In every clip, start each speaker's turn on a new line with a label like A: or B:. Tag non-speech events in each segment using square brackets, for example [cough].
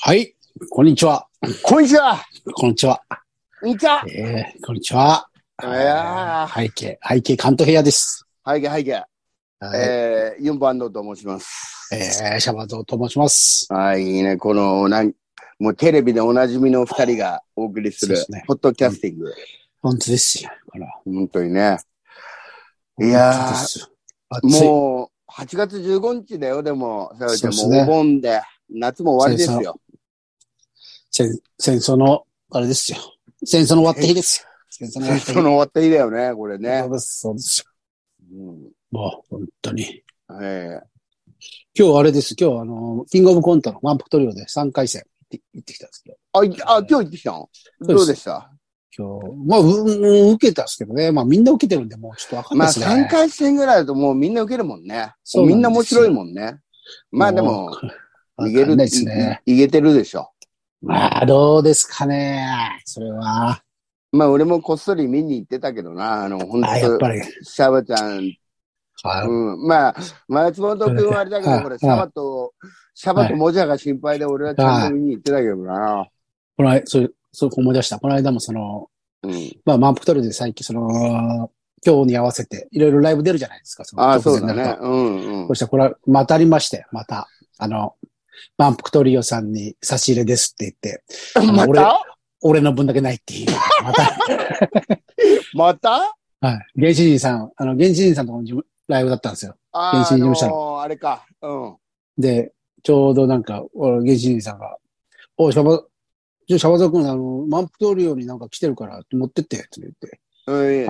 A: はい。こんにちは。
B: こんにちは
A: こんにちは。
B: こんにちは
A: えー、こんにちは。
B: いや
A: 背景、背景関東部屋です。
B: 背景背景。
A: はい。
B: えー、4番のと申します。
A: えー、シャバゾウと申します。
B: はい、いいね。この、なん、もうテレビでおなじみの二人がお送りする
A: そうですね、
B: ポッドキャスティング。
A: 本当ですよ。こら。
B: 本当にね。いや
A: 本当です暑い。
B: もう、8月15日だよ、でも。さよりちゃん
A: そう
B: も
A: ですね
B: うお盆で、夏も終わりですよ。
A: 戦戦争の、あれですよ。戦争の終わった日ですよ。戦争の終わった
B: そ
A: 日
B: の。終わった日だよね、これ
A: そ
B: ね
A: う。です、そうです。
B: うん
A: もう、本当に。
B: え
A: 今日あれです。今日あの、キングオブコントのワンプトリオで3回戦行って行ってきたんですけど。
B: ーあ、いあ、今日行ってきたの
A: そうです
B: どうでした
A: 今日、まあ、ううん、受けたんですけどね。まあ、みんな受けてるんで、もうちょっとわかん
B: ま
A: な
B: あ
A: いですね。
B: 3回戦ぐらいだともうみんな受けるもんね。
A: そうなんですよ
B: みんな面白いもんね。まあでも、
A: う、
B: 逃
A: い
B: げ
A: け
B: る
A: るんないですね。
B: いいけてるでしょ。
A: まあ、どうですかね。それは。
B: まあ俺もこっそり見に行ってたけどな、あの、本
A: あ、やっ
B: 当
A: ぱり。
B: シャバちゃん、
A: はい
B: うん、まあ、松本君はあれだけ
A: は
B: ど、
A: い
B: これ、シャバと、シャバとモジャが心配で俺はちゃんと見に行ってたけどな。
A: この間、それ、そこ思い出した。この間もその、
B: うん。
A: まあ、満腹トレで最近その、今日に合わせて、いろいろライブ出るじゃないですか。その
B: ああ、
A: 直
B: そうだ
A: 前にな
B: ね
A: る。と
B: うんうん
A: そ。したら、これは、またありまして、また、あの、満腹トリオさんに差し入れですって言って、の
B: ま
A: 俺
B: た
A: 俺の分だけないっていう。また、 [laughs]
B: また
A: はい。原始人さん、あの、原始人さんとこの事務ライブだったんですよ。
B: あ
A: 現
B: あ、
A: 地
B: あ
A: に行
B: の
A: きました
B: ーあれか。うん。
A: で、ちょうどなんか、俺原始人さんが、おい、シャバ、ちょシャバゾウ君、あの、満腹トリオになんか来てるから、持ってって、って言って。
B: うん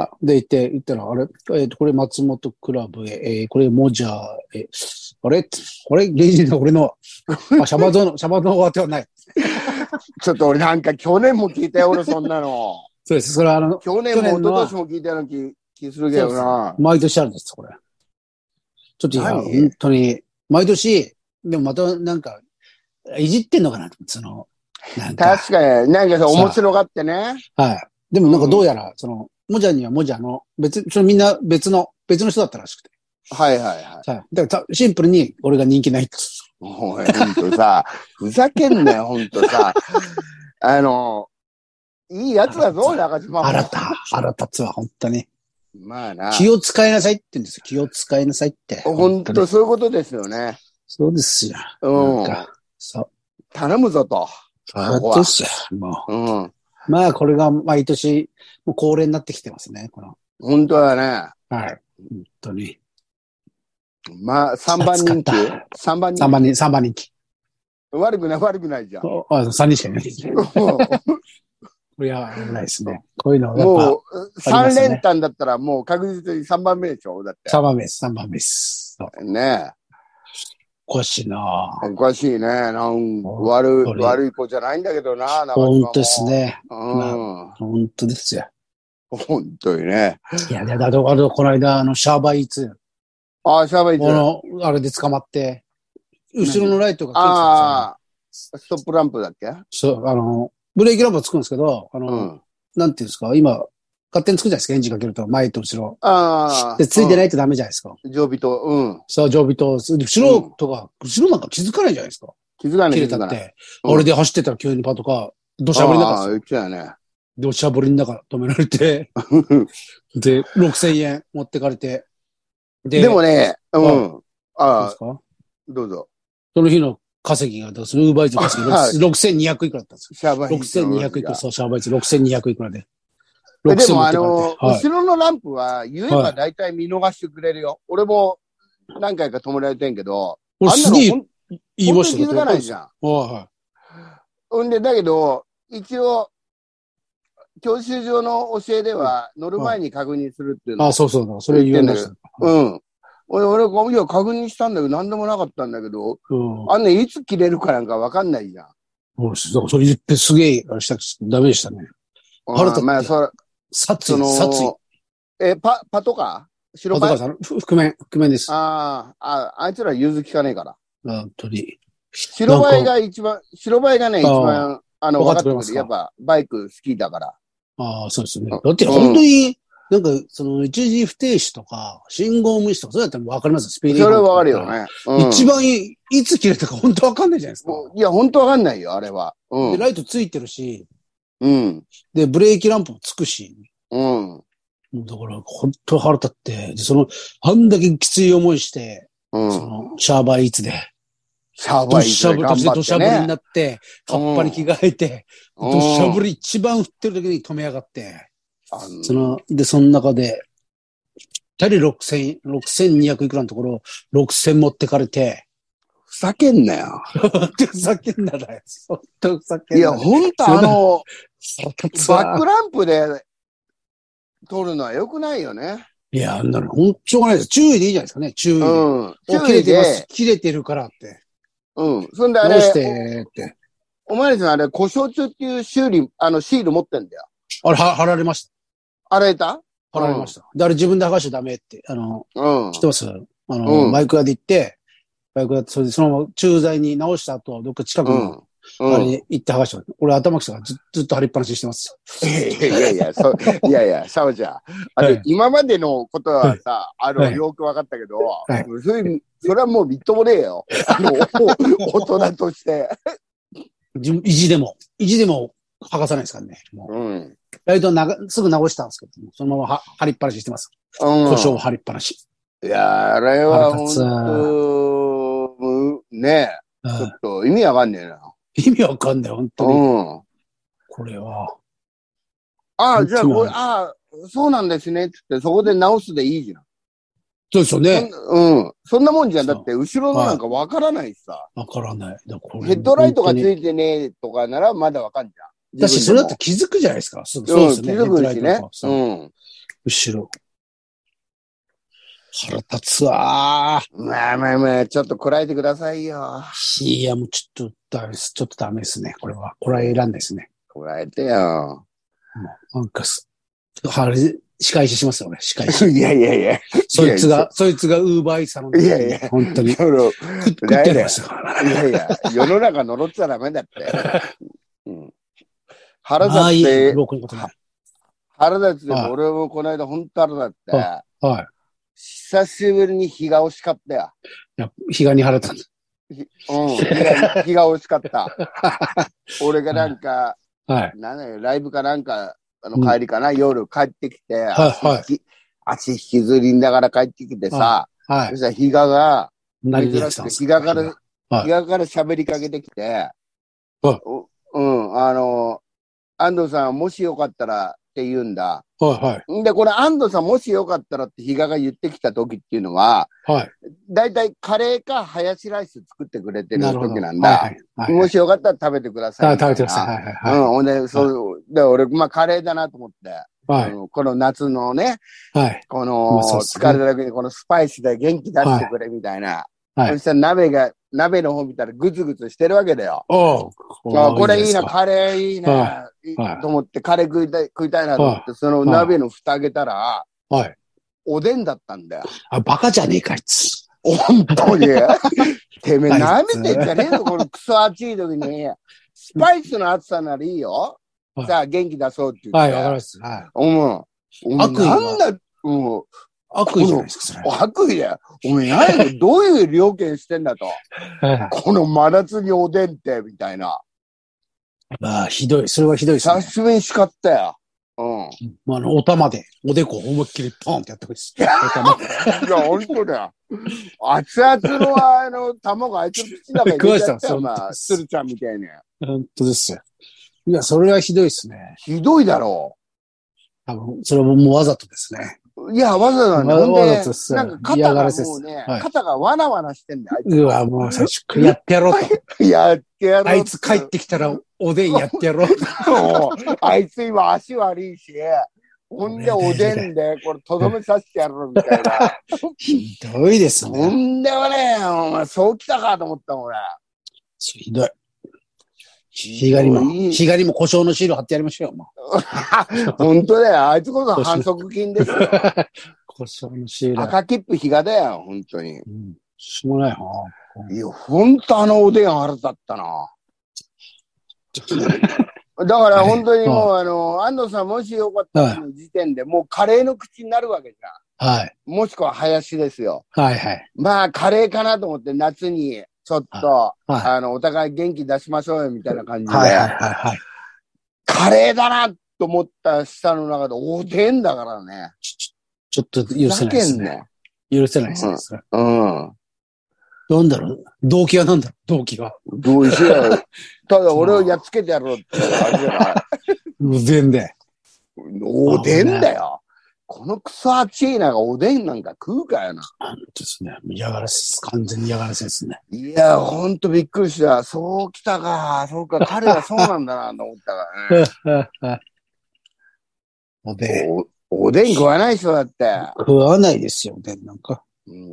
A: あで、行って、行ったら、あれえーと、これ松本クラブへ、えーこれモジャーへ、あれこれ、レジの俺の、あ、シャバゾウ [laughs] の、シャバゾウの終わってはない。
B: ちょっと俺なんか去年も聞いたよ、俺そんなの。
A: そうです。それは、あの、
B: 去年も一昨年も聞いたような気気するけどな。
A: 毎年あるんです、これ。ちょっといや、
B: 何
A: 本当に、毎年、でもまた、なんか、いじってんのかなその、なんか、
B: 確かに、なんかさ、
A: さあ
B: 面白がってね。
A: はい。でもなんかどうやら、その、モジャーにはモジャーの、別、そのみんな別の、別の人だったらしくて。
B: はいはいはい。
A: はい。だから、シンプルに、俺が人気ないって。
B: おい、ほんと
A: [laughs]
B: さ、ふざけんなよ、ほんとさ。あの、いいやつだぞ、中島も
A: 新た、新たつは本当に。
B: まあな。
A: 気を使いなさいって言うんですよ。気を使いなさいって。
B: ほんと
A: に
B: そういうことですよね。
A: そうですよ。
B: うん
A: なん。かそう。
B: 頼むぞと。
A: 本
B: こは
A: 当ですよ。も
B: うん。
A: う。まあ、これが毎年、もう恒例になってきてますね。この。
B: ほんとだね。
A: はい。本当に。
B: まあ、3番人気
A: 懐か
B: ?3 番
A: 3
B: 人
A: 番人、三番人気。
B: 気。悪くない、悪く
A: [laughs]
B: ないじゃん。
A: おあ、3人しかいない。これは、ないですね。こういうのはやっ
B: もう、
A: ぱあ
B: 3
A: りますね
B: 連単だったらもう確実に3番目でしょだって
A: ぱ、3番目です。3番目です。そう。。
B: ね
A: おかしいな
B: え。おかしいね。なん悪い、悪い子じゃないんだけどな、中島も
A: 本当です。ね。
B: うん。
A: 本当ですよ。
B: 本当にね。
A: いや、いやだと、あと、この間、あの、シャーバーイーツ、
B: ああ、シャーバイズ。
A: この、あれで捕まって、後ろのライトが消えてたんですよ
B: ああ、ストップランプだっけ
A: そう、あの、ブレーキランプはつくんですけど、あの、
B: うん。
A: なんていうんですか、今、勝手につくじゃないですか、エンジンかけると、前と後ろ。
B: ああ。。
A: で、ついてないいとダメじゃないですか。
B: 常備と、うん。
A: さあ、常備と、で後ろとか、後ろなんか気づかないじゃないですか。
B: 気づかない
A: 切
B: 気
A: れ
B: づ
A: た
B: か
A: っ
B: ない。
A: て。
B: うん
A: あれで走ってたら急にパトカー、土砂降りの
B: ああ、
A: 中ですよ
B: 言ってたよね。
A: 土砂降りの中止められて、で、6000円持ってかれて。で、
B: でもね、うん。
A: どうで
B: ああ
A: す、か
B: どうぞ。
A: その日の稼ぎが、だからそのウーバーイーツの稼ぎが
B: はい
A: 6200いくらだったんです
B: シャーバ
A: よ。
B: イズの
A: 6200いくら、そう、シャーバーイーツ6200いくらで。
B: で
A: 6000持
B: も
A: っ
B: あ
A: てかれて
B: の、
A: はい
B: 後ろのランプは言え
A: は
B: ば
A: い
B: 大体見逃してくれるよ。俺も何回か止められてんけど、
A: 俺
B: あんな
A: す
B: の
A: げえ
B: ほん
A: 言い
B: 本
A: ま
B: 当
A: した
B: に気づかないじ
A: ゃん。
B: ゃん。
A: はいはい。
B: ほんで、だけど、一応、教習所の教えでは乗る前に確認するっていうの
A: あ、そうそうそう。それ言われました。
B: うん。俺、俺、いや、確認したんだけど、何でもなかったんだけど、
A: うん。
B: あんね、いつ切れるかなんかわかんないじゃん。
A: そうですだからそれ言ってすげえ、あれしたダメでしたね。
B: うん
A: 腹立って
B: まあ、そ、
A: 殺
B: そ
A: 意、
B: の
A: 殺意。、
B: え、パ、パトカー白
A: パト
B: パ
A: カ
B: イ
A: ーさん、ふ覆面、覆面です。
B: ああ、ああいつら融通きかねえから。
A: 本当に。
B: 白バイが一番、白バイがね、一
A: ああ
B: 番、あの、
A: わ
B: 分か
A: か
B: ってて
A: っくれ
B: く
A: ます
B: る。
A: か
B: やっぱ、バイク好きだから。
A: ああ、そうですね。
B: うん
A: だって本当に、なんか、その、一時不停止とか、信号無視とか、そうやったらわかりますよスピー
B: それ
A: ド違反
B: は
A: と
B: わかるよね。うん
A: 一番いい、いつ切れたか本当わかんないじゃないですか。
B: もういや、本当わかんないよ、あれは。う
A: で、
B: ん。
A: ライトついてるし、
B: うん。
A: で、ブレーキランプもつくし、
B: うん。
A: もうだから、本当腹立って、で、その、あんだけきつい思いして、
B: う
A: そ
B: ん。
A: の、シャーバーイーツで、
B: シャー
A: ど
B: バ
A: っ
B: ーい
A: しゃぶり、
B: 頑張
A: ど
B: っ
A: しゃ
B: て
A: ぶりに
B: ね。
A: なって、カッパに着替えて、
B: うん
A: どっしゃぶり一番振ってる時に止めやがって、
B: あの
A: その、で、その中で、二人六千、六千二百いくらのところ、六千持ってかれて、 [laughs]
B: ふざけんなよ。
A: で、ふざけんなだよ。そっとふざけん
B: い
A: な
B: や、
A: だよ。
B: ほんとあ
A: [laughs]
B: の、
A: 腹立つわ
B: バックランプで撮るのは良くないよね。
A: いや、あんなの、ほんとしょうがないです。注意でいいじゃないですかね、注意。
B: うん。
A: お
B: 注
A: 切れ
B: 意
A: てます
B: で。。
A: 切れてるからって。
B: うん。そんであ
A: 直
B: れ、
A: してって。
B: おお前たちのあれ、故障中っていう修理、あの、シール持ってんだよ。
A: あれ、は貼られまし
B: あれいた
A: た。貼られました。で、あれ自分で剥がしちゃダメって、あの、
B: うん
A: 知っ。てますあの、
B: うん
A: バイク屋で行って、バイク屋で、それでそのまま駐在に直した後は、どっか近く
B: う
A: の、
B: ん。
A: あ
B: う
A: れ
B: ん。
A: に行って剥がした。俺頭きたからずずっと貼りっぱなしにしてます。
B: いやいやいや、そう、いやいや、サオちゃん。あの
A: はい
B: 今までのことはさ、あの、
A: はい
B: よく分かったけど、
A: はい
B: それ、それはもうみっともねえよ。あの、お大人として。
A: じ意地でも、意地でも剥がさないですからね。もう
B: うん。うん。
A: ライトながすぐ直したんですけども、そのままは貼りっぱなしにしてます。故障を貼りっぱなし。
B: いや、あれは
A: 腹
B: 本
A: 立つ
B: 当、むね
A: うん
B: え、ちょっと意味わかんねえな。
A: 意味わかんない、本当に。
B: うん。
A: これは。
B: ああ、
A: 本当に
B: じゃあこれ、ああ、そうなんですね、つって、そこで直すでいいじゃん。
A: そうですよね。
B: そんうん。そんなもんじゃん。
A: そ
B: だ
A: う
B: って、後ろのなんかわからないしさ。
A: わからない。だからこれ
B: ヘッドライトがつ
A: 本
B: いてねえとかならまだわかんじ
A: 当
B: ゃん。
A: にだし、それだってて気づくじゃないですか。すぐそう
B: う
A: で
B: ん、
A: す
B: 気
A: ね。ヘ
B: づ
A: ッドラ
B: く
A: イ
B: し
A: ト
B: ね
A: とか。そう
B: うん。
A: 後ろ。腹立つわー
B: まあまあまあ、ちょっとこらえてくださいよ。
A: いや、もうちょっとダメです。ちょっとダメですね。これは。これは選んないですね。
B: こらえて
A: [laughs]
B: よ。
A: なんかす、はれ、仕返ししますよね。仕返し。
B: いやいや [laughs] いや。
A: そいつが、そいつがウーバーイーツ頼んで
B: いやいや
A: 本当に。
B: そのい
A: 食食ってやりましたから。
B: やいや、世の中呪っちゃダメ
A: [laughs]
B: だって。うん、腹
A: ああ、い
B: 立
A: い
B: っ。て、
A: ろくにことない。
B: 腹立って、
A: はい
B: 俺もこの間本当腹立って、
A: はい。
B: 久しぶりに日が惜しかったよ。
A: いや、日がに腹立つ。
B: うん、日が日が惜しかった。
A: [laughs]
B: 俺がなんか、
A: はい。
B: なんだよ、ライブかなんか、あ
A: う
B: の、
A: ん
B: 帰りかな、夜帰ってきて、
A: はいはい
B: 足引き足引きずりながら帰ってきてさ、
A: は
B: そ
A: い。
B: したら比嘉が、
A: 何で
B: 珍
A: やっ
B: して
A: たん
B: く
A: です
B: 比嘉から、
A: はい
B: 比嘉から喋りかけてきて、おうん、あの、安藤さん、もしよかったらって言うんだ。
A: は
B: んで、これ、安藤さん、もしよかったらって比嘉が言ってきた時っていうのは、
A: い。はい。は
B: だいたいカレーかハヤシライス作ってくれて
A: い。
B: る
A: なるほど。
B: 時なんだ。
A: はい。はい。
B: も
A: はい
B: しよかったら食べてください
A: あ食べてください。はい。
B: う
A: は
B: ん、ほんで、そう、で、俺、まあ、カレーだなと思って。
A: い。
B: あ
A: はい。
B: のこの夏のね、
A: はい。
B: こ
A: ま
B: の
A: あそうっすね
B: 疲れた時にこのスパイスで元気出してくれみたいな。
A: はい
B: そしたら鍋が、鍋の方見たらグツグツしてるわけだよ。
A: おう
B: あこれいいな、
A: は
B: カレーいいな、
A: はいはい
B: と思ってカレー食いたい、食いたいなと思って、その鍋の蓋開けたら、
A: はい。
B: おでんだったんだよ。 [laughs]
A: あ、バカじゃねえか、あいつ。
B: 本当
A: [laughs]
B: に。てめえ、
A: あ
B: 舐
A: いつ
B: めてんじゃねえぞ、このクソ暑い時に。スパイスの暑さならいいよ。
A: はい
B: じゃあ元気出そうって言って。
A: はい、わかります。はい。
B: うん。お前
A: 悪意は
B: なんだ、うん。
A: 悪意じゃないですか、それ。
B: 悪
A: [laughs]
B: 意だよ。お前何のどういう料金してんだと。
A: はい
B: この真夏におでんって、みたいな。
A: まあ、ひどい。それはひどいです
B: 久
A: ね。
B: しぶりに叱ったよ。うん。
A: まあ、あの、お玉で、おでこ思いっきりポンってやってくれ [laughs] です。お玉
B: いや、 [laughs] 本当だよ。熱々のあの、卵あいつの口の中に入れちゃったよ、
A: 食わした
B: まあ、鶴ちゃんみたいに。
A: 本当ですよ。いや、それはひどいですね。
B: ひどいだろ
A: 多分、それはもうわざとですね。
B: う。いや、わざなんだ
A: わ
B: よ。ほん
A: わ
B: で
A: ざとっすよ
B: なんか肩
A: 嫌が
B: が
A: らせっす
B: もうね、
A: はい
B: 肩がわなわなしてんだよ。
A: うわ、もう最初、やってやろうと。
B: あいつやってやろう
A: あいつ帰ってきたら、おでんやってやろうと。
B: もうあいつ今足悪いし、ほんでおでんで、これとどめさせてやろうみたいな。
A: ひどいです
B: と
A: ね。
B: んでもねえよ、お前、そうきたかと思ったもん、俺。
A: ひどい。日がりも、日がりも故障のシール貼ってやりましょうよ、も
B: 本当だよ、あいつこそ反則金ですよ。
A: う。故障のシール。
B: 赤切符比嘉だよ、本当に。
A: うん。しょうがないな。
B: いや、本当あのおでん腹立ったな。だから本当にもう、あの、安藤さんもしよかったらの時点で、もうカレーの口になるわけじゃ
A: はい。
B: ん。もしくは林ですよ。
A: はいはい。
B: まあ、カレーかなと思って夏にちょっと、
A: はい
B: あの、お互い元気出しましょうよ、みたいな感じで、
A: はいはいはいはい。
B: カレーだなと思った下の中で、おでんだからね。
A: ちちちょっと許せないで
B: ふざ
A: す
B: けん
A: ね。
B: ね。
A: 許せないですね。それ
B: うん。
A: なんだろう動機はなんだろう動機が。
B: どうしよ
A: [laughs]
B: う。ただ俺をやっつけてやろうって感じじゃない。
A: 無善で。
B: おでんだよ。このクソ熱いながおでんなんか食うかよな。
A: なんですね。嫌がらせです。完全に嫌がらせですね。
B: いや、ほんとびっくりした。そう来たか。そうか。彼はそうなんだな、と思ったからね。
A: お [laughs] でん。
B: おおでん食わない人だって。
A: 食わないですよ、おでんなんか。
B: うん、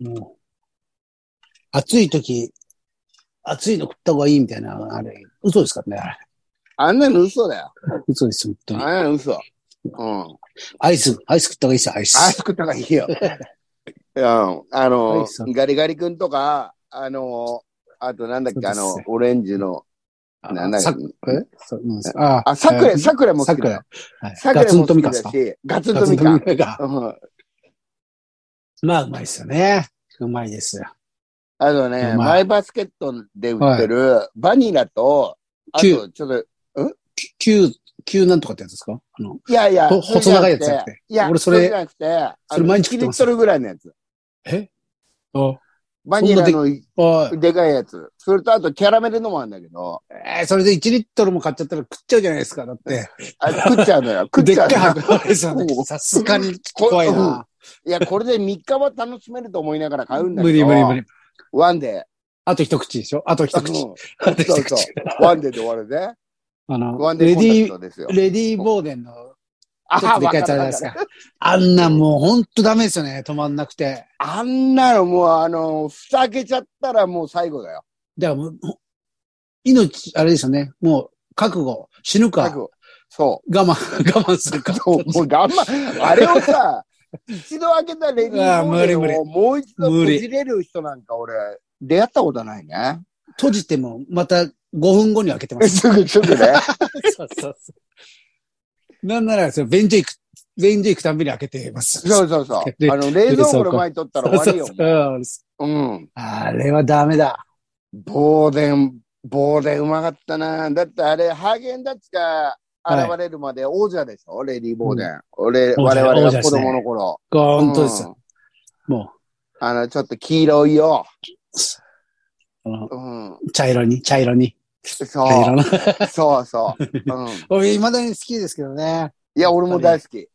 A: もう。暑い時、暑いの食った方がいいみたいな、あれ、嘘ですからね、あれ。
B: あんなの嘘だよ。
A: 嘘ですよ、
B: あん
A: 本当に。
B: なの嘘。うん。
A: アイス、アイス食った方がいいですよ、アイス。
B: ああ食った方がいいよ。 [laughs] うん。あ
A: は
B: の
A: いそ、う
B: ガリガリ君とか、あの、あとなんだっけ、あ
A: そう
B: の
A: ですね、
B: オレンジの、
A: あ
B: なんだっ
A: さ
B: け。
A: えそうなんですあ
B: あ、さく
A: え
B: れ、
A: ー
B: さくれも好
A: さ
B: き
A: くれ
B: だよ。。
A: はい
B: さく
A: ガ
B: れ
A: ツン
B: も
A: と
B: 好
A: み
B: き
A: かん
B: だ
A: ですか
B: し、ガツン
A: ガ
B: と
A: ツン
B: み
A: と
B: か
A: み
B: ん。
A: かんが。
B: うん
A: まあ、うまいですよね。うまいですよ。
B: あとね、
A: うまい
B: マイバスケットで売ってる、バニラと、あ
A: キュ
B: と、ちょっと、
A: 急、急なんとかってやつですかあの、
B: いやいや、
A: ほ
B: それじゃな
A: 細長い
B: く
A: やつじゃなくて
B: いや、
A: 俺
B: 俺
A: そ
B: そ
A: れ
B: れじゃなくて、あ
A: それ
B: の
A: 毎日
B: 1
A: 食
B: リ
A: ってま
B: ッ
A: す
B: トルぐらいのやつ。
A: あ
B: バニラ
A: そん
B: の
A: あ
B: でかいやつ。それとあとキャラメルのもあるんだけど、
A: えーそれで1リットルも買っちゃったら食っちゃうじゃないですか。だって、
B: あれ食っちゃうのよ。食っ
A: [laughs] でっ
B: ちゃう
A: かい
B: のよ。
A: 箱なんですよね
B: う。ん
A: さすがに怖いな。
B: いや、これで3日は楽しめると思いながら買うんだけど。
A: 無理無理無理。。
B: ワンデ
A: あと一口でしょあと
B: ー。
A: 一口。
B: うん
A: あと一
B: そうそ
A: 口。
B: う。ワンデーで終わるね。
A: あ
B: ワ
A: の、
B: ンデー
A: レ
B: コ
A: デ
B: ンタ
A: ィ
B: ク
A: ー、
B: トですよ。
A: レディー・ボーデンのちょっ
B: あ
A: とでかいやつあるじゃないですか。あんなもうほんとダメですよね。止まんなくて。
B: あんなのもう、あの、ふざけちゃったらもう最後だよ。
A: だからもう、ほ命、あれですよね。もう、覚悟。死ぬか。
B: 最
A: 我
B: 後。そう。
A: 慢、我慢 [laughs] するか。
B: そう、もう頑張あれをさ、一度開けたレディーボーデン
A: あー無理
B: をもう一度こ
A: 無理
B: じれる人なんか俺、出会ったことないね。
A: [laughs] 閉じても、また5分後に開け
B: [laughs]
A: てます。
B: すぐすぐね。
A: そうそうそう。なんならですよ、ベンジェイク、ベンジェイクたんびに開けてます。
B: そうそうそう。
A: [laughs] で
B: あの、冷蔵庫の前に取ったら終わりよ
A: [laughs] そう。そうそう
B: うん。
A: あれはダメだ。
B: ボーデン、ボーデンうまかったな。だってあれ、ハーゲンダッツが現れるまで王者でしょ、レディーボーデン。俺、
A: 王
B: 我
A: 者
B: 々
A: 王者
B: が
A: です
B: 子
A: ね
B: 供の頃。
A: 本当です
B: う
A: よ。
B: ん
A: も
B: あの、ちょっと黄色いよ。
A: う、あの
B: うん。
A: 茶色に、茶色に、
B: そ
A: 茶色
B: う。
A: の。
B: そう
A: [laughs]
B: そう。うん。
A: 俺、未だに好きですけどね。
B: いや、俺も大好き。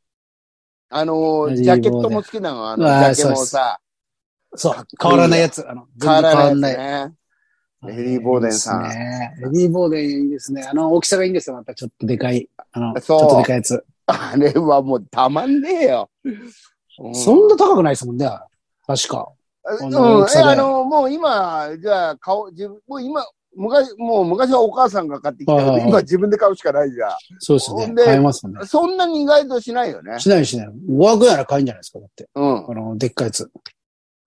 B: あのー、
A: ジ
B: ジ
A: ャ
B: ャ
A: ケ
B: ケ
A: ッ
B: ッ
A: ト
B: ト
A: も
B: も好きなの。あ
A: うわー
B: の、ジャケもさ、
A: そ
B: かっ
A: う
B: こい、い
A: 変わらないやつ。あの、
B: 変わ
A: 全然
B: ら
A: 変
B: な
A: わ
B: い
A: ら
B: やつね。
A: ない
B: レディーボーデンさん
A: いいですねレディーボーデンいいですね。あの、大きさがいいんですよ。またちょっとでかい。あの、ち
B: そう
A: ょっとでかいやつ。
B: あれはもうたまんねえよ。う
A: そんな高くないですもんね。確か。
B: うん、
A: んな大き
B: え、
A: さで
B: あのー、もう今、じゃあ、顔、自分、もう今、昔、もう昔はお母さんが買ってきたけ
A: はい
B: ど
A: はい、はい
B: 今自分で買うしかないじゃ
A: そうですよ
B: ほ
A: ね
B: ん。で
A: 買えますもんね。
B: ん。そんなに意外としないよね。
A: しないしない。500円なら買えんじゃないですか。だって。
B: うん。
A: あの、でっかいやつ。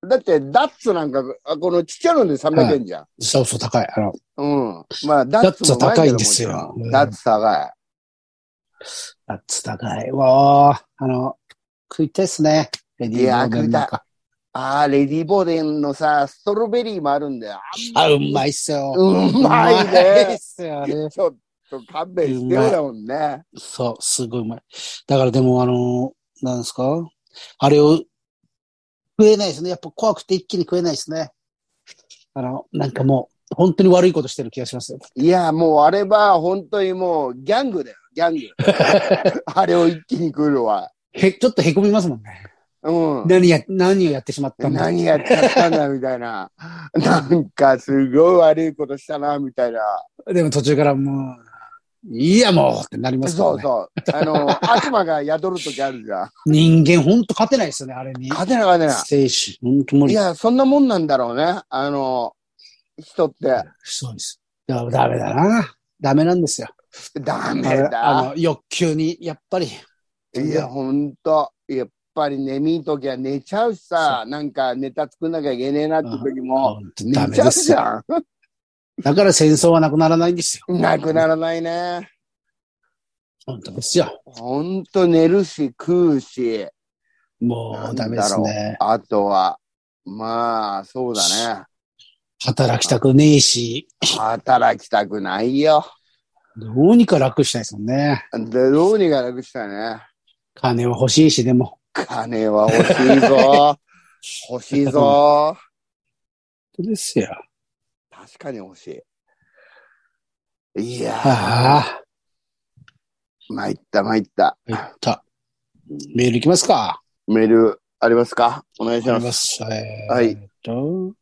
B: だって、ダッツなんか、あこのちっちゃいので300円じゃん。
A: そうそう、高い。あの、
B: うん。まあ、ダ
A: ダ
B: ッ
A: ッ
B: ツ
A: ツは
B: もうまけ
A: 高
B: ど
A: いんですよ
B: も。ちろんダッツ高い。
A: ダッツ高い。わあ、あの、食いたいっすね。レディーボーデンなんか。
B: ああ、レディーボーデンのさ、ストロベリーもあるんだよ。
A: あ、うまいっすよ。
B: うまいう
A: まいっ
B: ね。
A: すよ、あれ。
B: ちょっと勘弁してよだもんね。
A: そう、すごいうまい。だからでも、あの、なんですかあれを、食えないですね。やっぱ怖くて一気に食えないですね。あの、なんかもう、本当に悪いことしてる気がしますよ。
B: いや、もうあれは本当にもうギャングだよ、ギャング。
A: [laughs]
B: あれを一気に食うのは。
A: へ、ちょっと凹みますもんね。
B: うん。
A: 何や、何をやってしまったんだ。
B: 何やっちゃったんだみたいな。
A: [laughs]
B: なんかすごい悪いことしたな、みたいな。
A: でも途中からもう、いいやもうってなりますから
B: そう。
A: ね
B: そう。あの、
A: [laughs]
B: 悪魔が宿るときあるじゃん。
A: 人間ほんと勝てないですよね、あれに。
B: 勝てな勝てな
A: 精神、ほんと無
B: い。い
A: 理。
B: や、そんなもんなんだろうね。あの、人って。
A: そうです。だからダメだな。ダメなんですよ。
B: ダメ
A: あれ
B: だ。
A: あの、欲求に、やっぱり。
B: いや、ほんと。やっぱり眠い時は寝ちゃうしさ、なんかネタ作んなきゃいけねえなって時も、
A: ほんと
B: 寝
A: ダメ
B: ちゃ
A: で
B: う
A: す
B: じ
A: よ。
B: ゃ
A: だから戦争はなくならないんですよ。
B: ん。なくならないね。
A: 本当ですよ。
B: ほんと寝るし、食うし、
A: もうダメです
B: なん
A: ね。
B: あとは、まあ、そうだね。
A: 働きたくねえし、
B: 働きたくないよ。
A: どうにか楽したいですもんね。
B: でどうにか楽したいね。
A: 金は欲しいし、でも。
B: 金は欲しい
A: [laughs]
B: ぞ。欲しいぞ。
A: 本当ですよ。
B: 確かに欲しい。いやー、
A: あ
B: 参った参った。
A: あ、やった。メールいきますか。
B: メールありますかお願いし
A: あ
B: ま
A: り
B: す。
A: ます。えー、
B: はい
A: えーっと、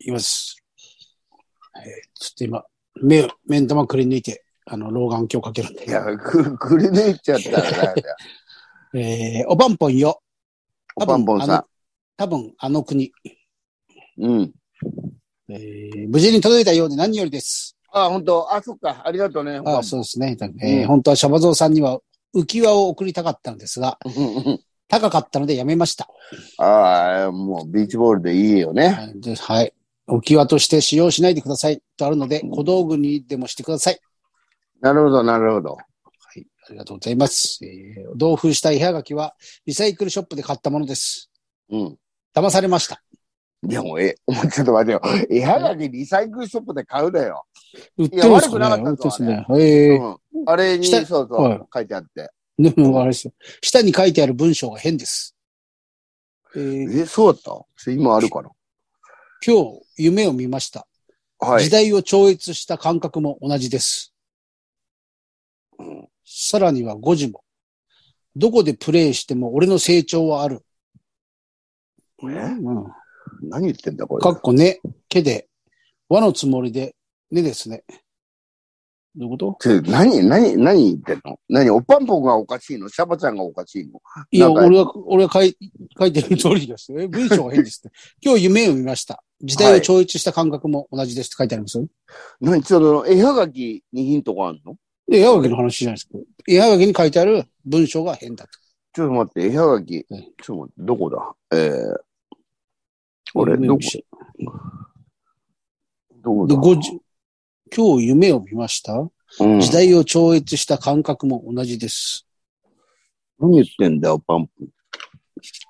A: いきます。えーちょっと今、目を、目ん玉くり抜いて、あの、老眼鏡かけるんで
B: い。や、く、くり抜いちゃったらだよ。
A: [laughs] えー、おばんぽんよ。
B: おばんぼんさ
A: 多分、あの国。
B: ん。うん。
A: えー無事に届いたようで何よりです。
B: あ、本当あ、そっか。ありがとうね。
A: あ
B: ほん
A: そうですね。えー
B: うん
A: 本当はシャバゾウさんには浮き輪を送りたかったのですが、
B: うん
A: 高かったのでやめました。
B: ああ、もうビーチボールでいいよね。
A: はいではい。浮き輪として使用しないでくださいとあるので、小道具にでもしてください。
B: なるほど、なるほど。
A: はい。ありがとうございます。えー、同封した絵はがきはリサイクルショップで買ったものです。
B: うん。
A: 騙されました。
B: でもう、え、お前ちょっと待てよ。絵はがきリサイクルショップで買うだよ。
A: 売ってます
B: いや悪くな
A: か
B: か
A: ね
B: っ
A: 売ったて
B: で
A: ま
B: すす
A: ね
B: ね。
A: ええ
B: うん。あれに、
A: 下
B: そうそう
A: はい、
B: 書いてあって。
A: でも、あれですよ。下に書いてある文章が変です。えー
B: え、そうだった今あるかな
A: 今日、夢を見ました。
B: はい
A: 時。代を超越した感覚も同じです。
B: うん
A: さらには5時も。どこでプレイしても俺の成長はある。
B: え
A: うん
B: 何言ってんだ、これ。
A: かっこね、けで、和のつもりで、ねですね。どういうこと
B: ちょ何、何、何言ってんの何、おパンポンがおかしいのシャバちゃんがおかしいの
A: いや、
B: なんか
A: 俺が、俺が書い書いてる通りですよ。え文章が変ですって。 [laughs] 今日夢を見ました。時代を超越した感覚も同じですって書いてありますよ。
B: 何、ちょっと、絵はがきにヒントがあるの
A: で、絵はがきの話じゃないですか。絵はがきに書いてある文章が変だと。
B: ちょっと待って、絵はがき。ちょっと
A: うん
B: 待って、どこだえー、俺どこどこ
A: で
B: だ
A: 5時、今日夢を見ました。
B: うん
A: 時代を超越した感覚も同じです。
B: 何言ってんだよ、パンプ。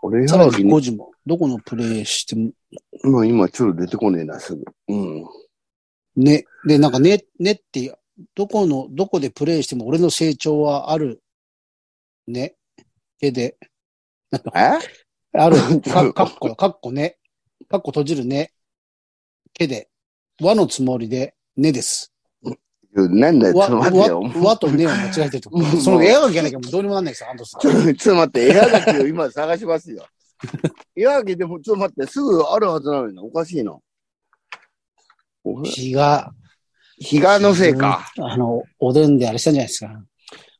B: 俺、絵
A: さ
B: は
A: ら
B: がき
A: に
B: ね
A: 5時も、どこのプレイしても、
B: 今、今、ちょっと出てこねえな、すぐ。うん。
A: ね、で、なんかね、ねって、どこの、どこでプレイしても俺の成長はある、ね、絵で、なんか、
B: え、
A: ある
B: [laughs]
A: かかっこ、かっこね、かっこ閉じるね、絵で、和のつもりで、ねです。
B: なんだよ、ちょっ
A: 和、
B: と待ってよ。
A: 和和とねを間違えてると
B: [laughs] もう。
A: その絵はけなきゃもうどうにもなんないですよ、アントさん
B: ちょ。っとちょっと待って、絵はがきを今探しますよ。 [laughs] 絵はがきでも、ちょっと待って、すぐあるはずなのにな、おかしいな。お
A: 日が、
B: 日がのせいか。
A: あの、おでんであれしたんじゃないですか。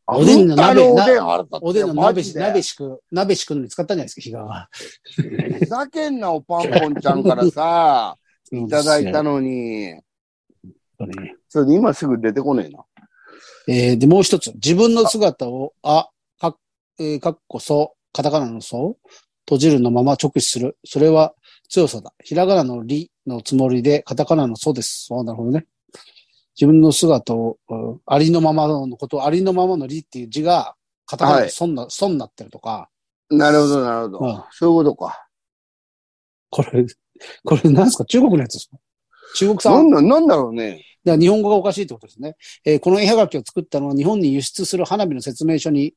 B: あ
A: おでんの鍋
B: あおでんあれだって
A: おでんの
B: マ
A: 鍋
B: ジ
A: し、
B: で
A: 鍋しく、鍋しくのに使ったんじゃないですか、日がは。
B: ふざけんな、おパンポンちゃんから
A: [laughs]
B: さ、いただいたのに。
A: そうですね。
B: ちょっと今すぐ出てこねえな。
A: えーで、もう一つ。自分の姿を、あ、か、えーかっこそう、カタカナのそう、閉じるのまま直視する。それは強さだ。ひらがなのりのつもりで、カタカナのそうです。そうなるほどね。自分の姿を、うんありのままのこと、ありのままのりっていう字が、カタカナ
B: は
A: で
B: い
A: そんな、そんなってるとか、
B: なるほど、なるほど。
A: うん
B: そういうことか。
A: これ、これなんですか中国のやつですか中国産
B: なんだ、なんだろうね。
A: だから日本語がおかしいってことですね。えーこの絵はがきを作ったのは日本に輸出する花火の説明書に、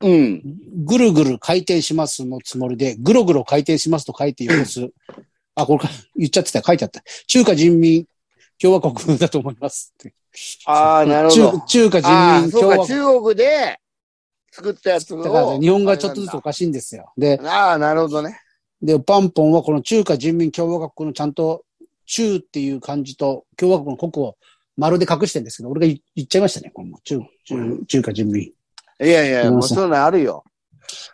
B: うん。
A: ぐるぐる回転しますのつもりで、ぐろぐろ回転しますと書いてよ
B: [laughs]
A: こす。あ、これか、言っちゃってた、書いてあった。中華人民共和国だと思いますって。
B: ああ、なるほ
A: 中
B: ど。
A: 中華
B: あ
A: 人
B: あ、
A: 民
B: そ
A: 共
B: う
A: 和
B: か、
A: 国。
B: 中国で作ったやつを。
A: だから、日本語がちょっとずつおかしいんですよ。で、
B: ああ、なるほどね。
A: で、パンポンはこの中華人民共和国のちゃんと、中っていう漢字と共和国の国を丸で隠してるんですけど、俺が言っちゃいましたね、これも中中中華人民。
B: いやいや、
A: ごめん
B: も
A: な
B: う
A: さい
B: そういうのあるよ。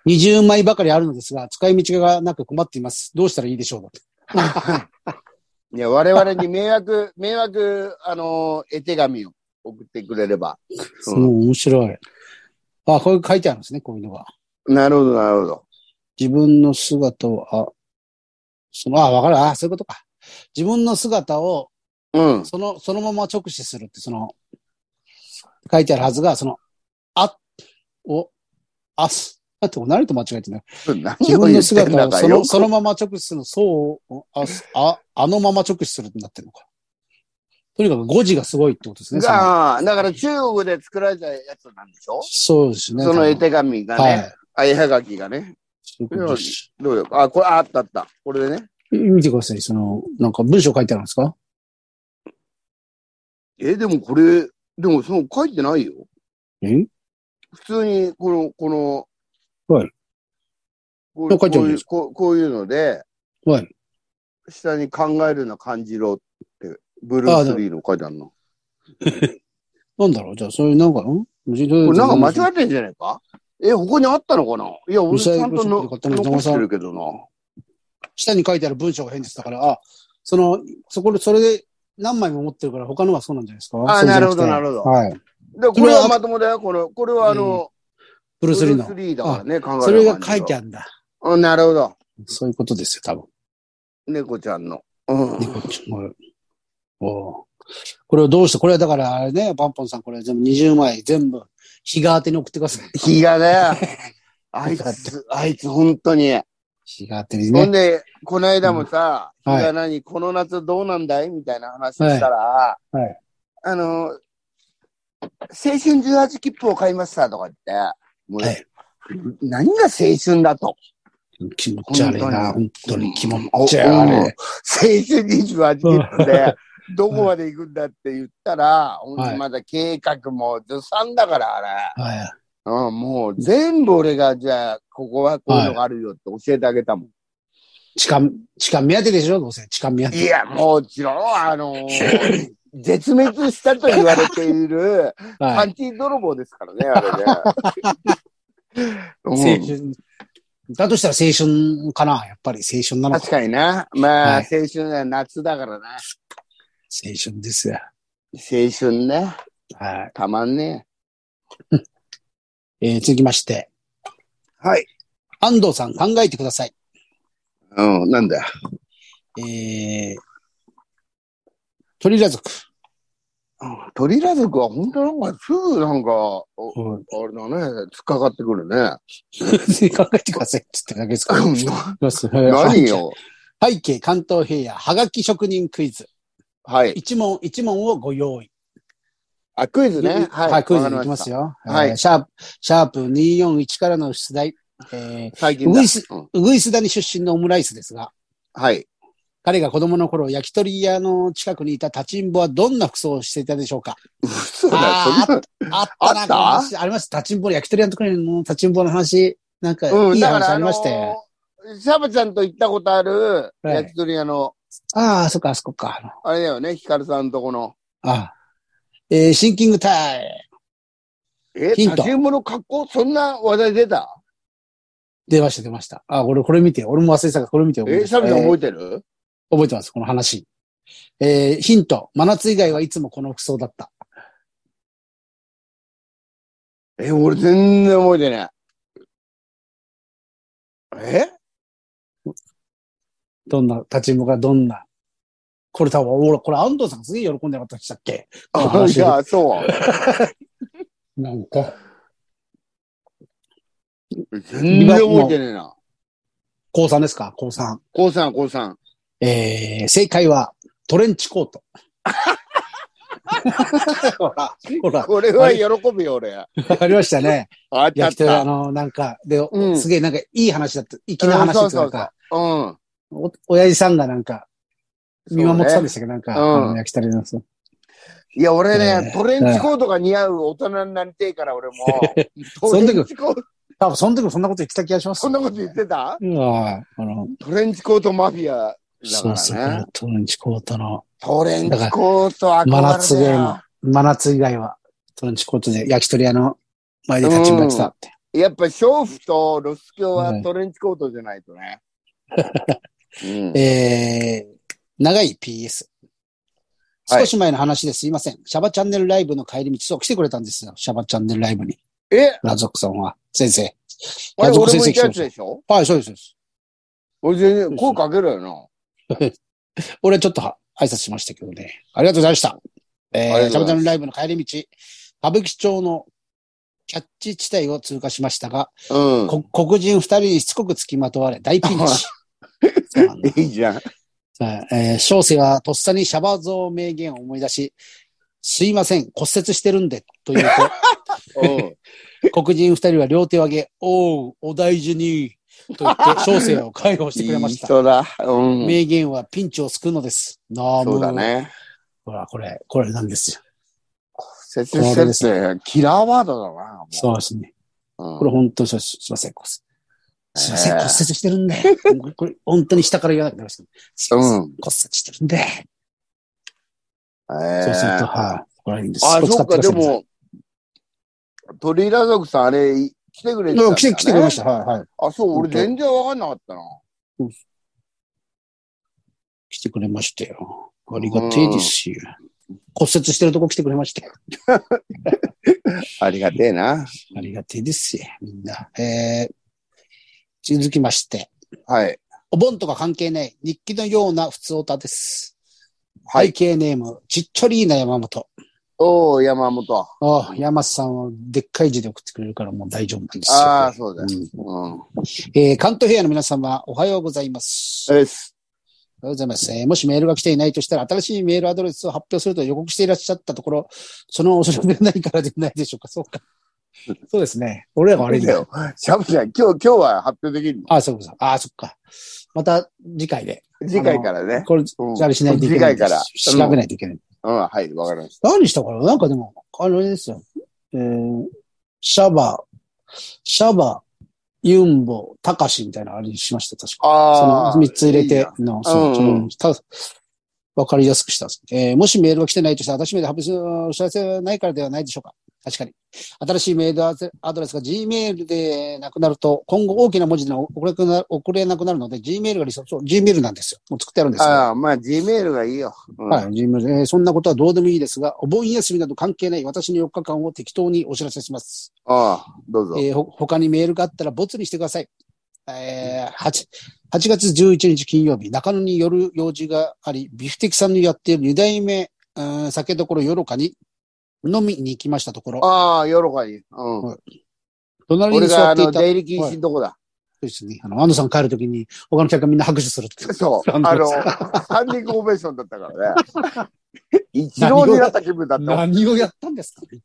A: 20枚ばかりあるのですが、使い道がなく困っています。どうしたらいいでしょうだって
B: いや、我々に迷惑、 [laughs] 迷惑、あのー絵手紙を送ってくれれば。うん
A: もう面白い。あ、こういう書いてあるんですね、こういうのが。
B: なるほど、なるほど。
A: 自分の姿を、あ、その、あ、わかる、あ、そういうことか。自分の姿を、
B: うん。
A: その、そのまま直視するって、その、書いてあるはずが、その、あ、を、あす、だって何と間違えてない。
B: 何
A: 自
B: を
A: 分
B: 言って
A: の
B: ん
A: 姿
B: だ
A: を
B: か
A: そ
B: よ
A: の
B: く。
A: そのまま直視するの、そう、あ、ああのまま直視するってなってるのか。とにかく語字がすごいってことですね。その
B: が、だから中国で作られたやつなんでしょ
A: そうですね。
B: その絵
A: 多分
B: 手紙が
A: は
B: ね
A: い、
B: あ絵はがきがね。
A: そういうことです。
B: どうよ。あ、これ、ああったあった。これでね。
A: 見てください。その、なんか文章書いてあるんですか
B: え、でもこれ、でもその書いてないよ。
A: え
B: 普通に、この、この、
A: はい。
B: こう
A: いや書いてあ
B: こうん
A: る
B: い
A: で
B: う
A: す
B: こうこういうので、
A: はい。
B: 下に考えるな感じろって、ブルース・リーの書いてあるの。こ
A: なんだろうじゃあ、そういうなんか、ん
B: れなんか間
A: え
B: 違ってんじゃないかえ、ここにあったのかないや、俺
A: リサ
B: ち
A: イク
B: ゃん
A: ル
B: との
A: ショップで買ったのに
B: 残してるけどな。
A: 下に書いてある文章が変です。だから、あ、その、そこで、それで何枚も持ってるから他のはそうなんじゃないですか
B: あ、なるほど、な
A: る
B: るほど。
A: はい。
B: で、これはまともだよ、この、これはあの、
A: ブ
B: ブ
A: ルース・リー
B: ルー
A: の
B: ス。リーだからね、考え
A: それが書いて
B: ある
A: あるんだ。
B: 感じは。うん、なるほど。
A: そういうことですよ、多分。
B: 猫ちゃんの。うん。
A: 猫ちゃんはいおうこれをどうして、これはだからあれね、バンポンさん、これ全部20枚全部、日が当てに送ってください。
B: 日が
A: [laughs]
B: ね、あいつ、あいつ本当に。
A: 日が当てに
B: ほん
A: ね。
B: で、この間もさ、
A: うんはい
B: 日が何、この夏どうなんだいみたいな話をしたら、
A: いはい
B: あの、青春18切符を買いましたとか言って、もう
A: はい
B: 何が青春だ
A: [laughs]
B: と。
A: 気持ち悪いな、本当に気持ち
B: お
A: 悪い。
B: お青春28切符で、どこまで行くんだって言ったら、ほんとまだ計画もずさんだから、あれ。
A: はい。
B: ああ、もう全部俺が、じゃあ、ここはこういうのがあるよって教えてあげたもん。
A: 痴漢、痴漢目当てでしょどうせ、痴漢目当
B: い、
A: て。
B: や、もちろん、あの
A: [laughs]
B: ー絶滅したと言われている、パ
A: はい。
B: ンティ泥棒ですからね、あれ
A: [laughs] 青
B: ね。うん
A: 春。だとしたら青春かなやっぱり青春なの
B: 確
A: か。
B: かにな。まあ、
A: はい
B: 青春は夏だからな。
A: 青春ですよ。
B: 青春ね。
A: は
B: たまんね
A: い。えー続きまして、
B: え。はい。
A: 安藤さん考えてください。
B: うん、なんだ。
A: えー、鳥ら族。
B: うん鳥ら族は本当なんか、すぐなんか、お
A: [laughs] うん。
B: あれだね、突っかかってく
A: [laughs]
B: るね。
A: 考えてください。つってだけですから。
B: [laughs] 何
A: [laughs] 何
B: よ。
A: 背景関東平野、はがき職人クイズ。
B: はい。
A: 一問一問をご用意。
B: あ、クイズね。はい。
A: はい、クイズいきます
B: よ。
A: よ。
B: はい
A: えーシャープ、シャープ241からの出題。えー、
B: 最近だ
A: ウイス
B: うん
A: ウグイス谷出身のオムライスですが、
B: はい。 [laughs]
A: 彼が子供の頃、焼き鳥屋の近くにいた立ちんぼはどんな服装をしていたでしょうか
B: 嘘だ
A: あー、
B: そんな
A: あったな、
B: あった
A: この話あります。立ちんぼ、焼き鳥屋のところの立ちんぼの話、なんか、
B: うん、
A: いい
B: だか
A: 話
B: ら、
A: あ
B: あ
A: り
B: の
A: ましたよ。
B: ー、シャバちゃんと行ったことある、
A: はい
B: 焼き鳥屋の、
A: ああ、そっか、あそこか。
B: あれだよね、ヒカルさんとこの。
A: ああ。えーシンキングタイム。
B: え、
A: ヒント
B: 立ち馬の格好そんな話題出た
A: 出ました、出ました。あ、俺、これ見て。俺も忘れてたから、これ見て。
B: え、シャバちゃん覚えてる
A: えー覚えてます、この話。えーヒント。真夏以外はいつもこの服装だった。
B: え、俺全然覚えてない。え
A: どんな、立ち向かどんな。これ多分、俺、これ安藤さんすげえ喜んでなかったでしたっけあ
B: あ、
A: 話
B: いや、そう。
A: なんか。
B: 全然覚えてねえな。
A: 高3ですか高3。
B: コウさん、コウさん。
A: えー、正解は、トレンチコー
B: [laughs]
A: ト。ほら、ほら、
B: これは喜ぶよ、俺。
A: ありましたね。
B: あったあっ
A: 焼き鳥、あ
B: た。
A: の、なんか、で、
B: うん
A: すげえなんかいい話だった。粋な話ってい
B: うんそうそ
A: うか、
B: うそううん。
A: お、親父さんがなんか、見守ってた
B: そう
A: んで
B: ね
A: したけど、なんか、
B: うん
A: あの焼き鳥のそう
B: いや、俺ね
A: ね、
B: トレンチコートが似合う大人になりてえから、俺も。
A: [laughs] そ
B: ト
A: の時
B: レンチコート、
A: 多分、その時もそんなこと言ってた気がします。
B: そんなこと言ってた
A: うん、あの、
B: トレンチコートマフィアだ
A: そうです
B: か
A: ね
B: らね。。
A: トレンチコートの、
B: トレンチコート憧れだ
A: 真
B: よ
A: 夏ゲーム、真夏以外は、トレンチコートで焼き鳥屋の前で立ち向かってたって。
B: やっぱ、娼婦とロス教
A: は
B: はいトレンチコートじゃないと
A: [laughs]
B: ね。うん
A: えー、長い PS。
B: はい
A: 少し前の話ですいません。シャバチャンネルライブの帰り道、そう、来てくれたんですよ。シャバチャンネルライブに。
B: え、
A: ラゾックさんは、先生。
B: あれ、
A: ラゾック
B: 俺
A: 先
B: も
A: 生
B: い
A: 来
B: た
A: て
B: や
A: ま
B: つ
A: し
B: でしょ
A: た。はい、そうです、そうです。
B: 俺全然声かけるよな。
A: 俺はちょっとは挨拶しましたけどね。ありがとうございました。え
B: あり
A: ー、
B: が
A: ジ
B: と
A: ャ
B: うご
A: ムジ
B: ざ
A: ャ
B: います
A: ムライブの帰り道、歌舞伎町のキャッチ地帯を通過しましたが、
B: うん。
A: こ黒人二人にしつこくつきまとわれ、大ピンチ。 [laughs] そうなんだ
B: いいじゃん。
A: さあえー小生はとっさにシャバ像名言を思い出し、すいません、骨折してるんで、という
B: うん。 [laughs]
A: と、黒人二人は両手を上げ、おう、お大事に、
B: [laughs]
A: と言って小生を介抱してくれま
B: いい
A: した。
B: 人だ。うん。
A: 名言はピンチを救うのです。なあ、
B: そうだ
A: もう。
B: ね。
A: ほら、これ、これなんですよ。
B: 説明って、キラーワードだな。もう
A: そうですね。
B: うん
A: これ本当にそうですすいません、骨折。すいません、
B: えー
A: 骨折してるんで。これ、本当に下から言わなくなりました。すいません、
B: う
A: 骨
B: ん。
A: 折してるんで。
B: え
A: そうすると、
B: ー
A: はい。これはいいんです。
B: あ、
A: これ
B: そ
A: 使
B: ってか、
A: くださ
B: で
A: い皆さん
B: も、鳥ラ族さん、あれ、い来てくれて
A: う
B: たん
A: ん
B: だ。
A: 来て、来てくれましたた。はい、はい。
B: あ、そう、俺
A: 本当
B: 全然わかんなかったな。
A: 来てくれましたよ。ありがてえですよ。骨折してるとこ来てくれましたよ。
B: ありがてえな。
A: ありがてえですよ、みんな。えー、続きまして。
B: はい。
A: お盆とか関係ない、日記のような普通オタです。
B: はい
A: 背景ネーム、ちっちょりーな山本。
B: おー、山本。
A: ああ、山瀬さんはでっかい字で送ってくれるからもう大丈夫なんですよ。
B: ああ、そうだ。
A: うん
B: うん。
A: えー関東平野の皆様、おはようございます。
B: えっす。
A: おはようございます。えーもしメールが来ていないとしたら、新しいメールアドレスを発表すると予告していらっしゃったところ、その恐れがないからではないでしょうか。そうか。そうですね。俺らが
B: あ
A: 悪
B: れ
A: いん
B: だ
A: だよ。
B: よ。シャブちゃん、今日、今日は発表できるの
A: ああ、そうか。ああ、そっか。また次回で。
B: 次回からね。
A: これ、
B: うん
A: あれしないといけない。
B: 次回から
A: 調べないといけない。
B: うん、はい、わかりまし
A: 何したからなんかでも、あれですよ。えー、シャバ、シャバ、ユンボ、タカシみたいなあれにしました、確か。
B: た。ああ。
A: その三つ入れ
B: いい
A: て
B: な。、
A: の、そう
B: うん
A: そうのたわかりやすくしたんです。えーもしメールが来てないとしたら、私めで発表するお知らせはないからではないでしょうか。確かに。新しいメールアドアドレスが Gmail でなくなると、今後大きな文字での送れなくな送れなくなるので、Gmail が理想、そう、Gmail なんですよ。もう作ってあるんですよ。
B: ああ、まあ、G メールがいいよ。うん
A: はい、ジムえーそんなことはどうでもいいですが、お盆休みなど関係ない私の4日間を適当にお知らせします。
B: ああ、どうぞ。
A: えーほ他にメールがあったらボツにしてください。えー 8, 8月11日金曜日、中野に夜用事があり、ビフテキさんのやっている2代目、うん酒どころよろかに飲みに行きましたところ、
B: ああ、ヨロカに。うん。
A: 隣に
B: 俺
A: 座
B: が、
A: っ
B: あ
A: てい
B: の、
A: た、
B: 出入り禁止のとこだ。
A: ですね、あの、安藤さん帰るときに、他の客がみんな拍手するっていう。
B: そう。あ
A: あ
B: の
A: の、
B: ハンディングオベーションだったからね。
A: [laughs]
B: 一郎になった気分だった。
A: 何をやったんですかね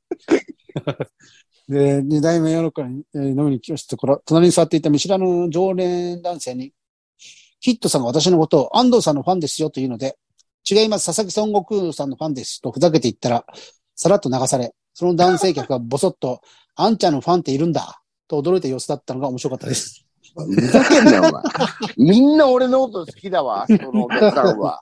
A: で、二代目ヨーロッパにえー飲みに来ましたところ、隣に座っていた見知らぬ常連男性に、ヒットさんが私のことを安藤さんのファンですよというので、違います、佐々木孫悟空さんのファンですとふざけて言ったら、さらっと流され、その男性客がぼそっと、あんちゃんのファンっているんだと驚いた様子だったのが面白かったです。
B: ふざけんなよ、お前。みんな俺のこと好きだわ、そのお客さん [laughs] は。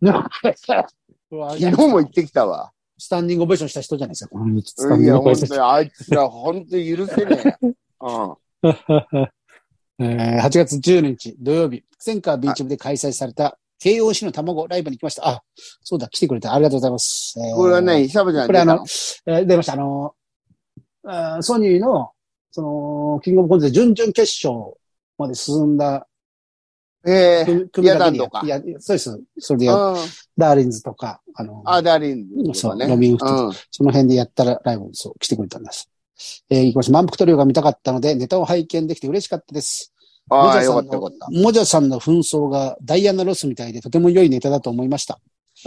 B: 昨日も行ってきたわ。
A: スタンディングオベーションした人じゃないですか、このスタン
B: い
A: ディ
B: や、
A: ングオベ
B: 本
A: ーション
B: 当に、あいつら、本当に許せねえ。うん。
A: えー8月10日土曜日、センカービーチ部で開催された KOC の卵ライブに来ました。あ、そうだ、来てくれた。ありがとうございます。えー
B: これはね、シャブちゃん
A: こ
B: 出た
A: れあ
B: の
A: の、えー出ました。あのあーソニーの、その、キングオブコントで準々決勝まで進んだ
B: ええ
A: 組組だけで
B: 野団とか
A: いや、そうです。それでや
B: うん。
A: ダーリンズとか、あの、
B: あ、ダーリンズと
A: そ
B: か
A: う、
B: ね。
A: ロビンフットとか
B: うん。
A: その辺でやったらライブにそう来てくれたんです。えー行きましょう。満腹トリオが見たかったので、ネタを拝見できて嬉しかったです。
B: ああ、
A: モジャ
B: よ
A: さ
B: か
A: ん
B: ったよか
A: の
B: った。
A: モジャさんの紛争がダイアナ・ロスみたいでとても良いネタだと思いました。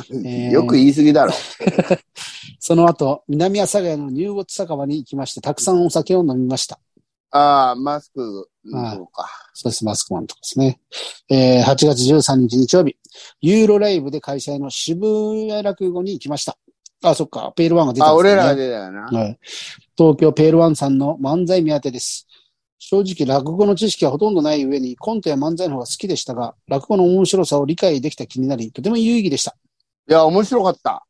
A: ー
B: よく言い過ぎだろ。
A: その後、南阿佐ヶ谷のニューウォッチ酒場に行きまして、たくさんお酒を飲みました。
B: ああ、マスク、そうか。
A: そうです、マスクマンとかですね。えー8月13日日曜日、ユーロライブで開催の渋谷落語に行きました。あ、そっか、ペールワンが出た
B: あ、
A: んです
B: 俺
A: ね。
B: らが出たよな。
A: はい。東京ペールワンさんの漫才目当てです。正直、落語の知識はほとんどない上に、コントや漫才の方が好きでしたが、落語の面白さを理解できた気になり、とても有意義でした。
B: いや、面白かった。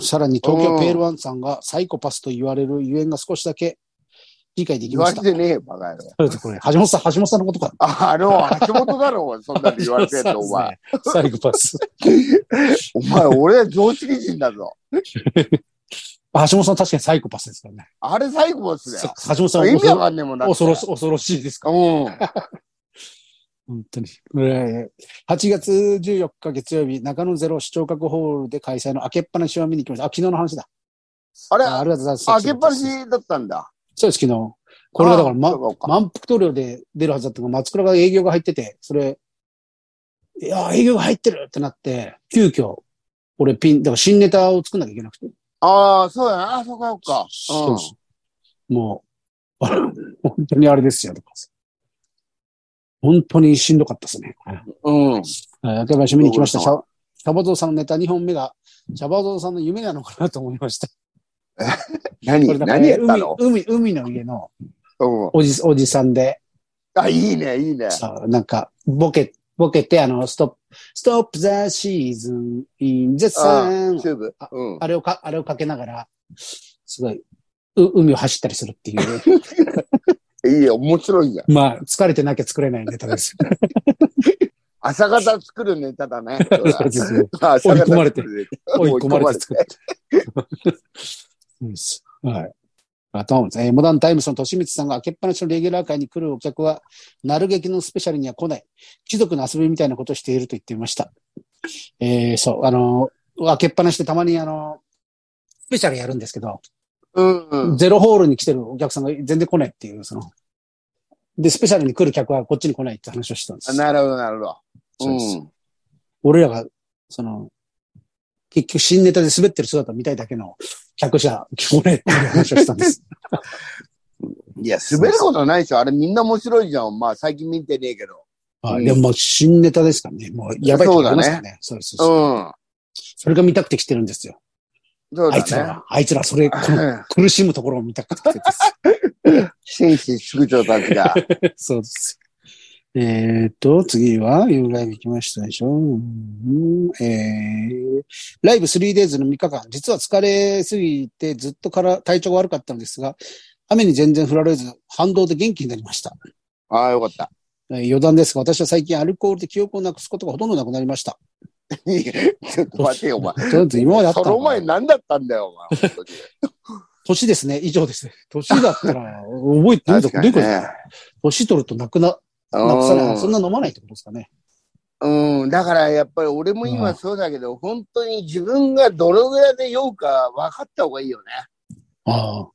A: さらに東京ペールワンさんがサイコパスと言われるゆえんが少しだけ理解でき
B: 言
A: ま
B: わ
A: し
B: れ
A: た。
B: てねえよ、バカ野郎。
A: これ、橋本さん、橋本さんのことか。
B: あ、あの、橋本だ
A: [laughs]
B: ろ、お前そんなに言われてんの、お前。。
A: サイコパス。
B: お前、俺、常識人だぞ。
A: あ橋本さん確かにサイコパスですからね。
B: あれ、最後っすね。
A: そう橋本さん
B: 意味わ
A: 恐
B: かんねえもんだって。
A: ろし恐ろしいですから。
B: うん。
A: 本当に。えー8月14日月曜日、中野ゼロ視聴覚ホールで開催の開けっぱなしを見に来ました。あ、昨日の話だ。
B: あれ、
A: あありがとうございます。
B: 開けっぱなしだったんだ。
A: そうです、昨日。これがだから、ま
B: あ、そうか
A: 満腹塗料で出るはずだったのが、松倉が営業が入ってて、それ、いやー、営業が入ってるってなって、急遽、俺ピン、だから新ネタを作んなきゃいけなくて。
B: あー、そうやな。あ、そうか、そうか。
A: そうそうもう、あの本当にあれですよ、とかさ。本当にしんどかったですね。
B: うん。うん。
A: はい明け林見に来ました。シ
B: そ
A: ャシャバゾウさんのネタ2本目が、シャバゾウさんの夢なのかなと思いました。こ
B: 何、
A: れだから
B: 何やったの
A: 海、海、海の家の
B: うん。
A: おじ、おじさんで、
B: あ、いいね、いいね。
A: さ、なんか、ボケ、ボケて、あの、ストップ、ストップザシーズン、インザサン。
B: チューブ。うん。
A: あれをか、あれをかけながら、すごい、う、海を走ったりするっていう。 [laughs]
B: いいよ、面白いじゃん。
A: まあ、疲れてなきゃ作れないネタ [laughs] です。
B: 朝方作るネタだね。
A: [laughs] そうですね
B: 追
A: 追い込まれて追い込まれ
B: て。
A: て作って。そうです。はい。あと、えーモダンタイムスのとしみつさんが開けっぱなしのレギュラー会に来るお客は、なる劇のスペシャルには来ない。貴族の遊びみたいなことをしていると言っていました。えーそう、あのー開けっぱなしでたまにあのースペシャルやるんですけど、
B: うんうん。
A: ゼロホールに来てるお客さんが全然来ないっていう、その、で、スペシャルに来る客はこっちに来ないって話をしてたんです。
B: なるほど、なるほど。
A: そう
B: う
A: です
B: ん。
A: 俺らが、その、結局新ネタで滑ってる姿見たいだけの客じゃ聞こえないっていう話をしたんです。
B: いや、滑ることないでしょ。あれみんな面白いじゃん。まあ、最近見てねえけど。[laughs]
A: は
B: う
A: い。
B: ん
A: でももう新ネタですからね。もうやばいとこありますからね。そうですそうです
B: うん。
A: それが見たくて来てるんですよ。
B: そう
A: あいつら
B: だ
A: は、あいつらそれ、この
B: ね。
A: 苦しむところを見たくて来てるんです。
B: 紳士宿長たちが。
A: [laughs] そうです。えーっと、次は、ユーライブ行きましたでしょ。うんえー、ライブ 3days の3日間、実は疲れすぎてずっとから体調が悪かったのですが、雨に全然降られず、反動で元気になりました。
B: ああ、よかった。 [laughs]
A: えー余談ですが、私は最近アルコールで記憶をなくすことがほとんどなくなりました。
B: いやちょっと待てよ、お前。
A: とりあえず今まであった
B: そ
A: のか
B: の前何だったんだよ、お前。
A: [laughs]
B: 本
A: 年ですね。以上ですね。年だったら、覚えて
B: 当
A: な
B: に
A: いどう
B: 確
A: い
B: に
A: うことですか年取るとなくな、なくさない。そんな飲まないってことですかね。
B: うん、だからやっぱり俺も今そうだけど、本当に自分がどのぐらいで酔うか分かった方がいいよね。
A: ああ。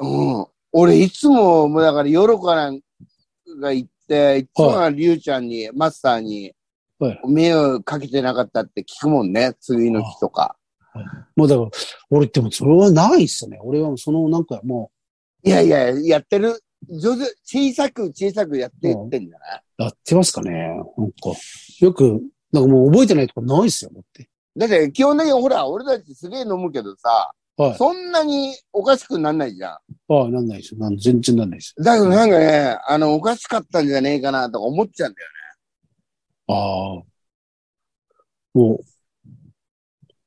B: うん。俺いつも、もうだから夜からが行って、いつもはりゅうちゃんに、マスターに
A: はい、
B: 迷惑かけてなかったって聞くもんね、次の日とか。
A: もうだから、俺ってもそれはないっすね。俺はもうそのなんかも
B: いやいや、やってる。上手、小さく小さくやっていってんじゃないう
A: やってますかね。なんか、よく、なんかもう覚えてないとかないっすよ、だって。
B: だって基本的にほら、俺たちすげえ飲むけどさ、
A: はい
B: そんなにおかしくなんないじゃ
A: ああ、なんないっすよ。なん全然なんないっす
B: ん。だけどなんかね、あの、おかしかったんじゃねえかなとか思っちゃうんだよ。
A: よ。ああ。も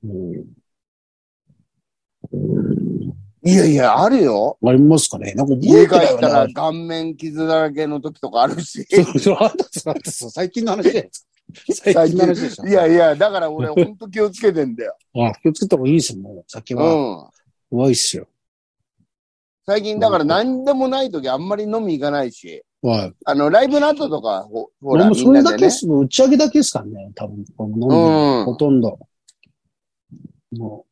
A: う、もう、
B: いやいや、あるよ。
A: ありますかね。なんか覚
B: 家
A: えて
B: 帰
A: ない
B: っ
A: わ
B: た
A: な
B: ら顔面傷だらけの時とかあるし。
A: そうそれあったっす、あったっす。 [laughs] 最近の話じゃないですか。最近の話でしょ。
B: いやいや、だから
A: [laughs]
B: 俺ほんと気をつけてんだよ。
A: あ、気をつけた方がいいですよ、もう。酒
B: う
A: は。
B: ん。
A: 怖いっすよ。
B: 最近だから何でもない時あんまり飲み行かないし。
A: はい。
B: あの、ライブの後とか、ほほ
A: 俺
B: ら、
A: も
B: み
A: そ
B: ん
A: れ
B: な
A: だ
B: で
A: けっ
B: ね。
A: す、もう打ち上げだけですからね、多分。この飲んで
B: う
A: る
B: ん
A: ほ。とんど。も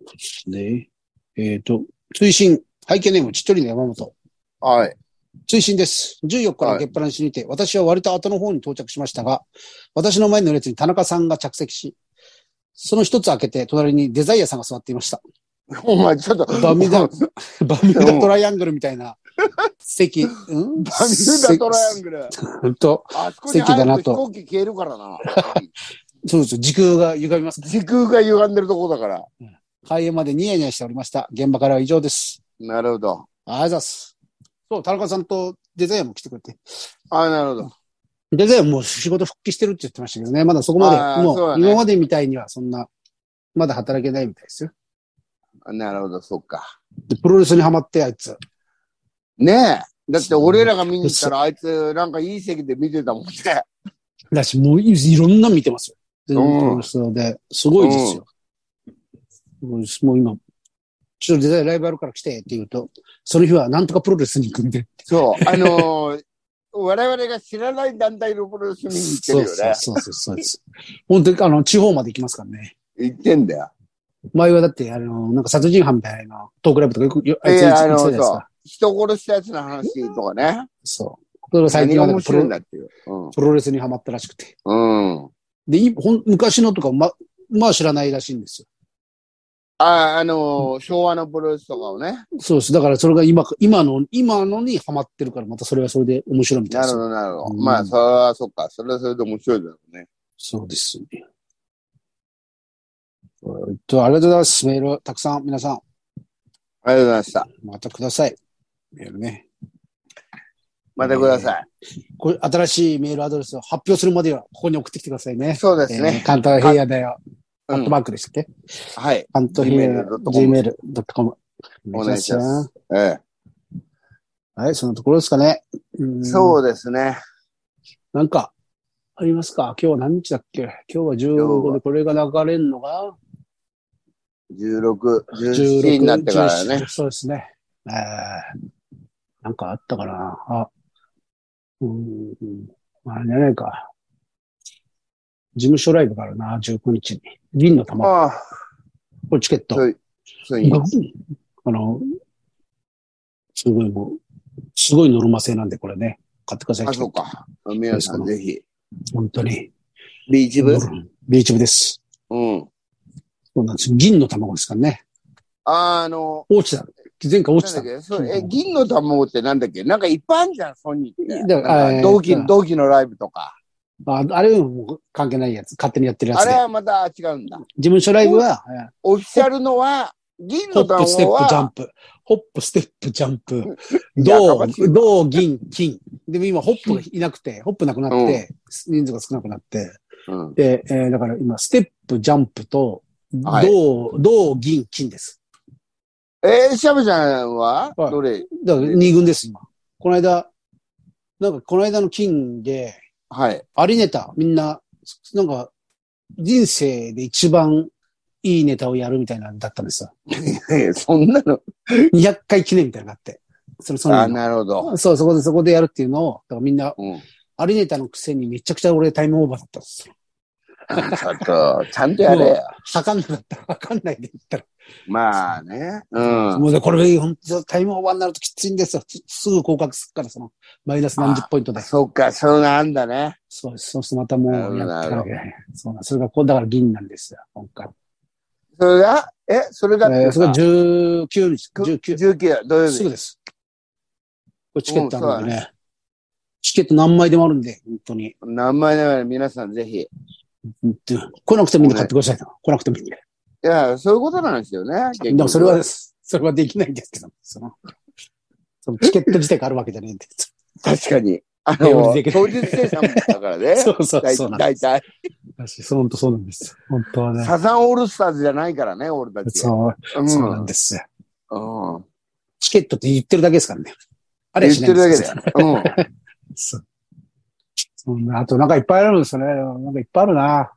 A: う、そうですね。えっ、と、追伸、背景ネーム、ちっちょりの山本。
B: はい。 [laughs]
A: 追伸です。14日から
B: はい
A: 開けっぱなしにて、私は割と後の方に到着しましたが、私の前の列に田中さんが着席し、その一つ開けて、隣にデザイアさんが座っていました。
B: お前ちょっと。
A: バミ
B: [laughs]
A: ダ、バミューダトライアングルみたいな席、うん
B: バミューダトライアングル。
A: ル。と、
B: あそこに
A: 席だ
B: 早
A: な
B: く
A: と
B: 飛行機消えるからな。
A: そうです。時空が歪みます。
B: 時空が歪んでるとこだから。
A: 開演までニヤニヤしておりました。現場からは以上です。
B: なるほど。
A: あざっす。そう、田中さんとデザイアも来てくれて。
B: あなるほど。
A: デザイアもう仕事復帰してるって言ってましたけどね。まだそこま
B: あ
A: で、
B: ー
A: も
B: そうだ
A: う
B: ね
A: 今までみたいにはそんな、まだ働けないみたいですよ。
B: あなるほど、そっか。
A: で、プロレスにハマって、あいつ。
B: ねえ。だって俺らが見に行ったら、あいつなんかいい席で見てたもんね。
A: だし、もういいろんなの見てますよ。全部プロレスで。すごいですよ。すごいですもう今、ちょっとデザインライブあるから来てって言うと、その日はなんとかプロレスに行くんで。 [laughs]
B: そう。あのー我々が知らない団体のプロレス見に行ってる
A: そう
B: よね。
A: そうそうそうです。本当に、あの、地方まで行きますからね。
B: 行ってんだよ。
A: 前はだって、あの、なんか殺人犯みたいなトークライブとかよく、よあいつ
B: い
A: 行
B: や
A: ってた
B: あ
A: じゃ
B: の
A: ないですか。
B: 人殺したやつの話とかね。
A: そう。だから最
B: 何
A: 近
B: が
A: はね
B: 面
A: プ
B: 白い
A: ロ
B: んだっていう。
A: プロレスにハマったらしくて。
B: うん。うん。
A: で、いほん昔のとか、ま、まあ知らないらしいんですよ。
B: あ、あのー昭和のプロレスとかをね。
A: そうです。だからそれが今、今の、今のにハマってるから、またそれはそれで面白いみたい
B: なる
A: です
B: ほ
A: よ。
B: ど、なるほど。
A: うん
B: まあ、それは、そっか。それはそれで面白いだろうね。
A: そうですね。えっと、ありがとうございます。メールたくさん皆さん、
B: ありがとうございました。
A: またください。メールね。
B: またください。
A: これ、新しいメールアドレスを発表するまでは、ここに送ってきてくださいね。
B: そうです
A: えー
B: ね。
A: 関東平野だよ。
B: う
A: ア
B: ん
A: ットマークでしたっけ
B: はい。
A: 関東平野
B: gmail.com
A: gmail.com。
B: お願いします。ええ
A: はい、そのところですかね。うん
B: そうですね。
A: なんか、ありますか今日は何日だっけ今日は15でこれが流れるのが
B: 16、
A: 16
B: 17になってからね。
A: 17そうですね。えー、なんかあったかなあ、うーん、まあ、じゃないか。事務所ライブからな、19日に。銀の玉、
B: ああ、
A: これチケット。
B: そう、そういい。
A: あの、すごいもう、すごいノルマ制なんで、これね。買ってください。
B: あ、そうか。皆さんぜひ。
A: 本当に。
B: ビーチ部
A: ビーチ部です。
B: うん。
A: そうなんです。銀の卵ですからね。
B: あの、
A: 落ちた。前回落
B: なんだ
A: ちた
B: っ。けそうえ、銀の卵ってなんだっけなんかいっぱいあんじゃん、ソニーって。
A: だから
B: なん
A: え
B: か
A: ー
B: 同期、同期のライブとか。
A: ああれはもう関係ないやつ。勝手にやってるや
B: あ
A: つで。
B: れ
A: 事
B: はまた違うんだ。
A: 務所ライブは、
B: オフィシャルのは、銀
A: ホ
B: の
A: ップ、ステ
B: 卵
A: ップ、ジャ
B: は
A: ン、プ。ホップ、ステップ、ジャンプ。
B: [laughs] いや
A: 銅
B: かましい、
A: 銅、銀、金。でも今、ホップがいなくて、ホップなくなって、人数が少なくなって。
B: うん、
A: で、えーだから今、ステップ、ジャンプと、
B: はい
A: 銅、銅、銀、金です。
B: えー、シャブちゃんは
A: はい
B: どれ
A: だから2軍です、今。この間、なんかこの間の金で、
B: はい。 [laughs]
A: ありネタ、みんな、なんか、人生で一番いいネタをやるみたいなんだったんですよ。
B: そんなの。
A: 200回記念みたいなのがあって。それ、そ
B: あ、
A: の、
B: なるほど。
A: そう、そこで、そこでやるっていうのを、だからみんな、
B: うん。
A: ありネタのくせにめちゃくちゃ俺タイムオーバーだったんですよ。
B: ちょっと、ちゃんとやれ
A: も
B: よ
A: う。測んなかった。測んないで言ったら。
B: まあね。うん。
A: もうで、これ、本当タイムオーバーになるときついんですよ。すすぐ降格するから、その、マイナス何十ポイントで。
B: そっか、そうなんだね。
A: そうです。そうするとまたもうやってい
B: な
A: か
B: る
A: な
B: ほ
A: きゃいけない。そうなんそれが、こうだから銀なんですよ、今回。
B: それが、え、それがってさ、
A: えーそれが19日、
B: く
A: 19。
B: 19土曜
A: す
B: 日。
A: ぐです。これチケットあるんでね。チケット何枚でもあるんで、本当に。
B: 名前ながら皆さんぜひ。い
A: うんと来なくてもいいんで買ってくださいよ。来なくてもいいんで。
B: や、そういうことなんですよね。結
A: でも
B: 局
A: それは、それはできないんですけど、その、そのチケット自体があるわけじゃないんで。
B: 確かに。あ
A: 手売
B: の、
A: りできない
B: 当日生産物だからね。
A: [laughs] そうそう
B: 大
A: そうなん
B: 大
A: です。
B: 体。
A: 私そう本当そうなんです。本当はね。
B: サザンオールスターズじゃないからね、俺たち。
A: そう、
B: うん。
A: そうなんですよ。
B: うん。
A: チケットって言ってるだけですからね。あれ
B: 言
A: は
B: っ
A: しな
B: て
A: いん
B: るだけだ
A: です
B: よ。うん。
A: [laughs] そうそんなあとなんかいっぱいあるんですよね。なんかいっぱいあるな。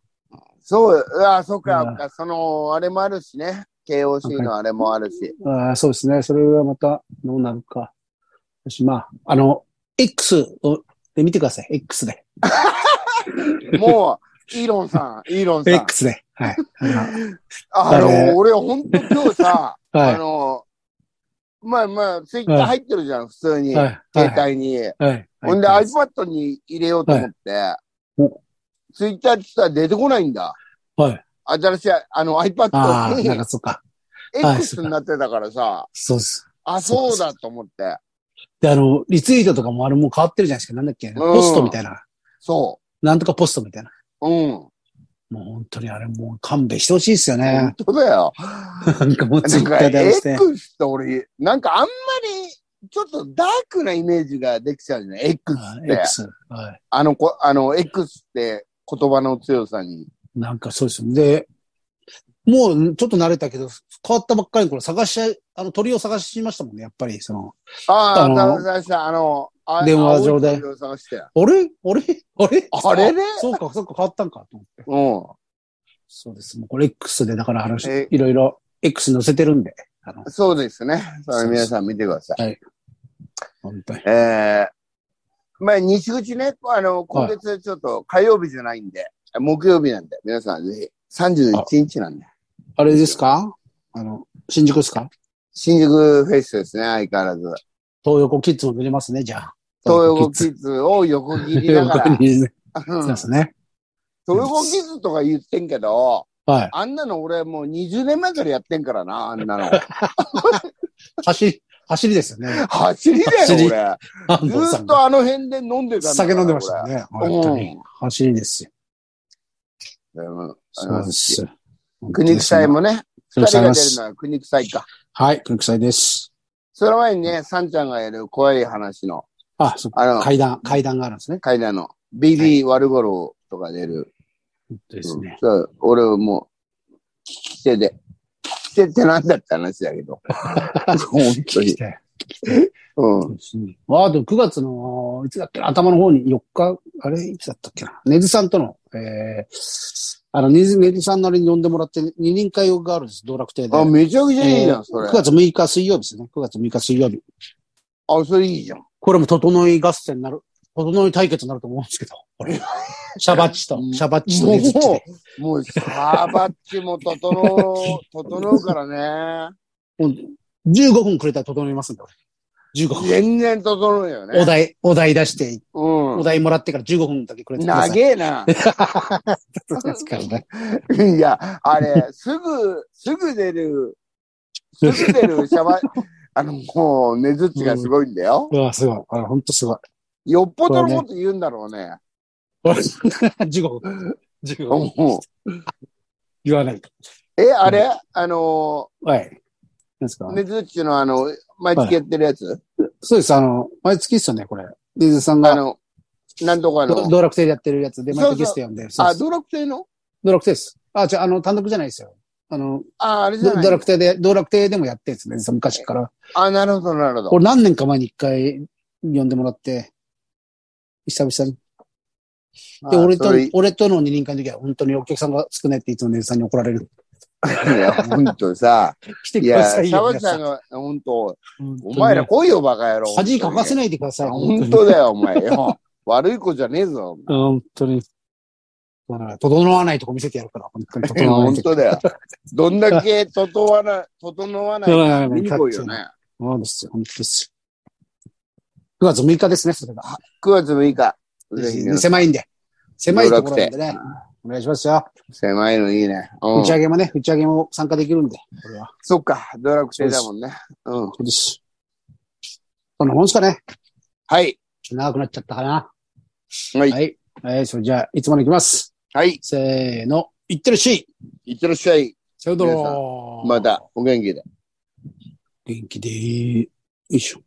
B: そう、あ、そっ
A: う
B: か
A: ん、
B: その、あれもあるしね。KOC のあれもあるし。
A: あーそうですね。それはまた、どうなるか。私、まあ、あの、X を、で見てください。X で。
B: もう、イーロン
A: [laughs]
B: さん、イーロンさん。
A: X で。 [laughs] はい。
B: あ
A: だね
B: の、俺ほんと今日さ、
A: [laughs] は
B: あ
A: い。
B: の、まあまあ、ツイッター入ってるじゃん、普通に。
A: はい。
B: 携
A: はい。
B: 帯に。
A: はい。
B: ほんで
A: はい
B: iPad に入れようと思って、
A: お
B: ツイッターって言ったら出てこないんだ。
A: はい。
B: 新しい、あの
A: あ
B: iPad
A: あ、なん
B: に
A: かそうか。はい
B: X になってたからさ、
A: そうです。
B: あ、
A: そう
B: そ
A: か
B: うだと思って。
A: で、あの、リツイートとかもあれもう変わってるじゃないですか。なんだっけ。ポストみたいな。
B: そ
A: なんとかポストみたいな。
B: う。うん。
A: もう本当にあれもう勘弁してほしいですよ
B: 本
A: ね。
B: 当だよ。
A: なんかもう
B: な
A: ツイ
B: ん
A: ッタ
B: か
A: ーであれして。
B: X って俺、なんかあんまり、ちょっとダークなイメージができちゃうじゃない ?X
A: あ
B: っ
A: ー
B: て。
A: X。はい。
B: あのこ、あの、X って言葉の強さに。
A: なんかそうですよ。で、もうちょっと慣れたけど、変わったばっかりの頃探し、あの鳥を探しましたもんね、やっぱり。その、
B: ああ、
A: あの
B: なさした、あの、あ
A: 電話上で
B: 青い鳥を探して。
A: あれあれあれ
B: あれれ
A: そうか、そうか、変わったんかと思って。
B: うん。
A: そうです。もうこれ X で、だからあの
B: え
A: いろいろ X 載せてるんで、あの、
B: そうですね。それ皆さん見てください。
A: 本当に。
B: えー、まあ、西口ね、あの、今月ちょっと火曜日じゃないんで、木曜日なんで、皆さんぜひ、31日なんで、
A: あれですかあの、新宿ですか
B: 新宿フェスですね、相変わらず。
A: 東横キッズも見れますね、じゃあ。
B: 東横キッズを横切りながら。
A: 東横キッズね
B: うん
A: そうで
B: 東
A: すね。
B: 横キッズとか言ってんけど、
A: はい。
B: あんなの俺もう20年前からやってんからな、あんなの。
A: 走り、走りですよね。
B: 走りだ
A: 走り
B: よ、
A: 安
B: 俺。
A: 藤
B: ず
A: さ
B: ーっ
A: ん
B: と
A: が。
B: あの辺で飲んでたんだから
A: 酒飲んでました。ね。
B: 俺
A: 本当に
B: う。ん
A: 走りですよ。
B: うん
A: そうですよ。
B: 国臭い
A: も。
B: もね、
A: 国
B: 二人が出
A: 臭いで
B: る
A: す
B: の。は国臭いか。
A: はい、国臭いです。
B: その前にね、サンちゃんがやる怖い話の、
A: あ、そっか
B: あの、
A: 階段、階段があるんですね。
B: 階段の、ビリー・ワルゴローとか出る。
A: ですね。
B: うんそう俺はもう、聞き手で。聞き手ってなんだって話だけ
A: [laughs]
B: ど。本当に。
A: て。
B: う
A: そ
B: ん。
A: うですねああ、でも9月の、いつだっけな頭の方に4日、あれ、いつだったっけなネズさんとの、えー、あの、ネズ、ネズさんなりに呼んでもらって、二人会があるんです、道楽亭で。
B: あ、めちゃくちゃいいじゃ
A: えー
B: ん、それ
A: 9。月6日水曜日ですね。9月6日水曜日。
B: あ、それいいじゃん。
A: これも整い合戦になる、整い対決になると思うんですけど、
B: [laughs]
A: これ。シャバッチと
B: う、ん
A: シャバッチとネズっち
B: も
A: で。
B: う、もう、サーバッチも整う、整うから
A: [laughs]
B: ね。
A: 15分くれたら整いますんで、俺。15分。
B: 全然整うよね。
A: お題、お題出して、お
B: う
A: 題もらってから15分だけくれ
B: ん。
A: てください。
B: 長えな。
A: ですからね。
B: [laughs] いや、あれ、すぐ、すぐ出る、すぐ出るシャ
A: [laughs]
B: バ、あの、もう、ねずっちがすごいんだよ。
A: うわ、すごい。あれ、ほんとすごい。 [laughs]
B: よっぽどのこと言うんだろうね。
A: 15分。15分。
B: うん
A: 言わないと。
B: え、あれあの、
A: はい。何ですか、
B: ねずっちのあの、毎月やってるやつ
A: そうです。あの、毎月っすよね、これ。ディズさん
B: あ
A: が、
B: の、なんとか
A: ど
B: の。
A: 道楽亭でやってるやつで、
B: そう
A: 毎
B: そう
A: 月ゲスト呼んで。そう
B: あ、
A: です
B: 道楽亭の
A: 道楽亭です。あ、じゃあ、の、単独じゃないですよ。あの、
B: あ、あれじゃ
A: ど
B: な
A: 道
B: い
A: 楽亭で、道楽亭でもやってるんですね、実は昔から。
B: あ、なるほど、なるほ
A: 俺何年か前に一回呼んでもらって、久々に。
B: ど。
A: で、
B: あ
A: 俺と
B: それいい、
A: 俺との二人会の時は、本当にお客さんが少ないっていつもネズさんに怒られる。
B: い [laughs] や、ほんと
A: [laughs]
B: さ。
A: 来て
B: い
A: くだ
B: や、
A: さい
B: シャ
A: よ。
B: バ
A: 皆
B: ちゃ
A: さ
B: ん
A: ん
B: が、ほんと、
A: 本当
B: お
A: に
B: 前ら来いよ、バカ野郎。
A: 恥かかせないでください。
B: 本当だよ、お前よ。悪い子じゃねえぞ。
A: 本当に。だから整わないとこ見せてやるから、本当に整わない
B: 本
A: とこ。
B: 当だよ。どんだけ整わな、整わない。見に来いよね。
A: そうですよ、本当ですよ。9月6日ですね、それが。
B: 9月6日。ぜひね
A: 狭いんで。狭いところなんでね。お願いしますよ。
B: 狭いのいいね。う
A: 打
B: ん
A: ち。上げもね、打ち上げも参加できるんで。これは。
B: そっか、ドラクテだもんね。うん。
A: そうです。そんなもんですかね。
B: はい。
A: 長くなっちゃったかな。
B: はい
A: はい。えー、それじゃあ、いつものいきます。
B: はい。
A: せーの。いってらっしゃい。
B: いってらっしゃい。
A: さよなら。
B: また、お元気で。
A: 元気でー。よいしょ。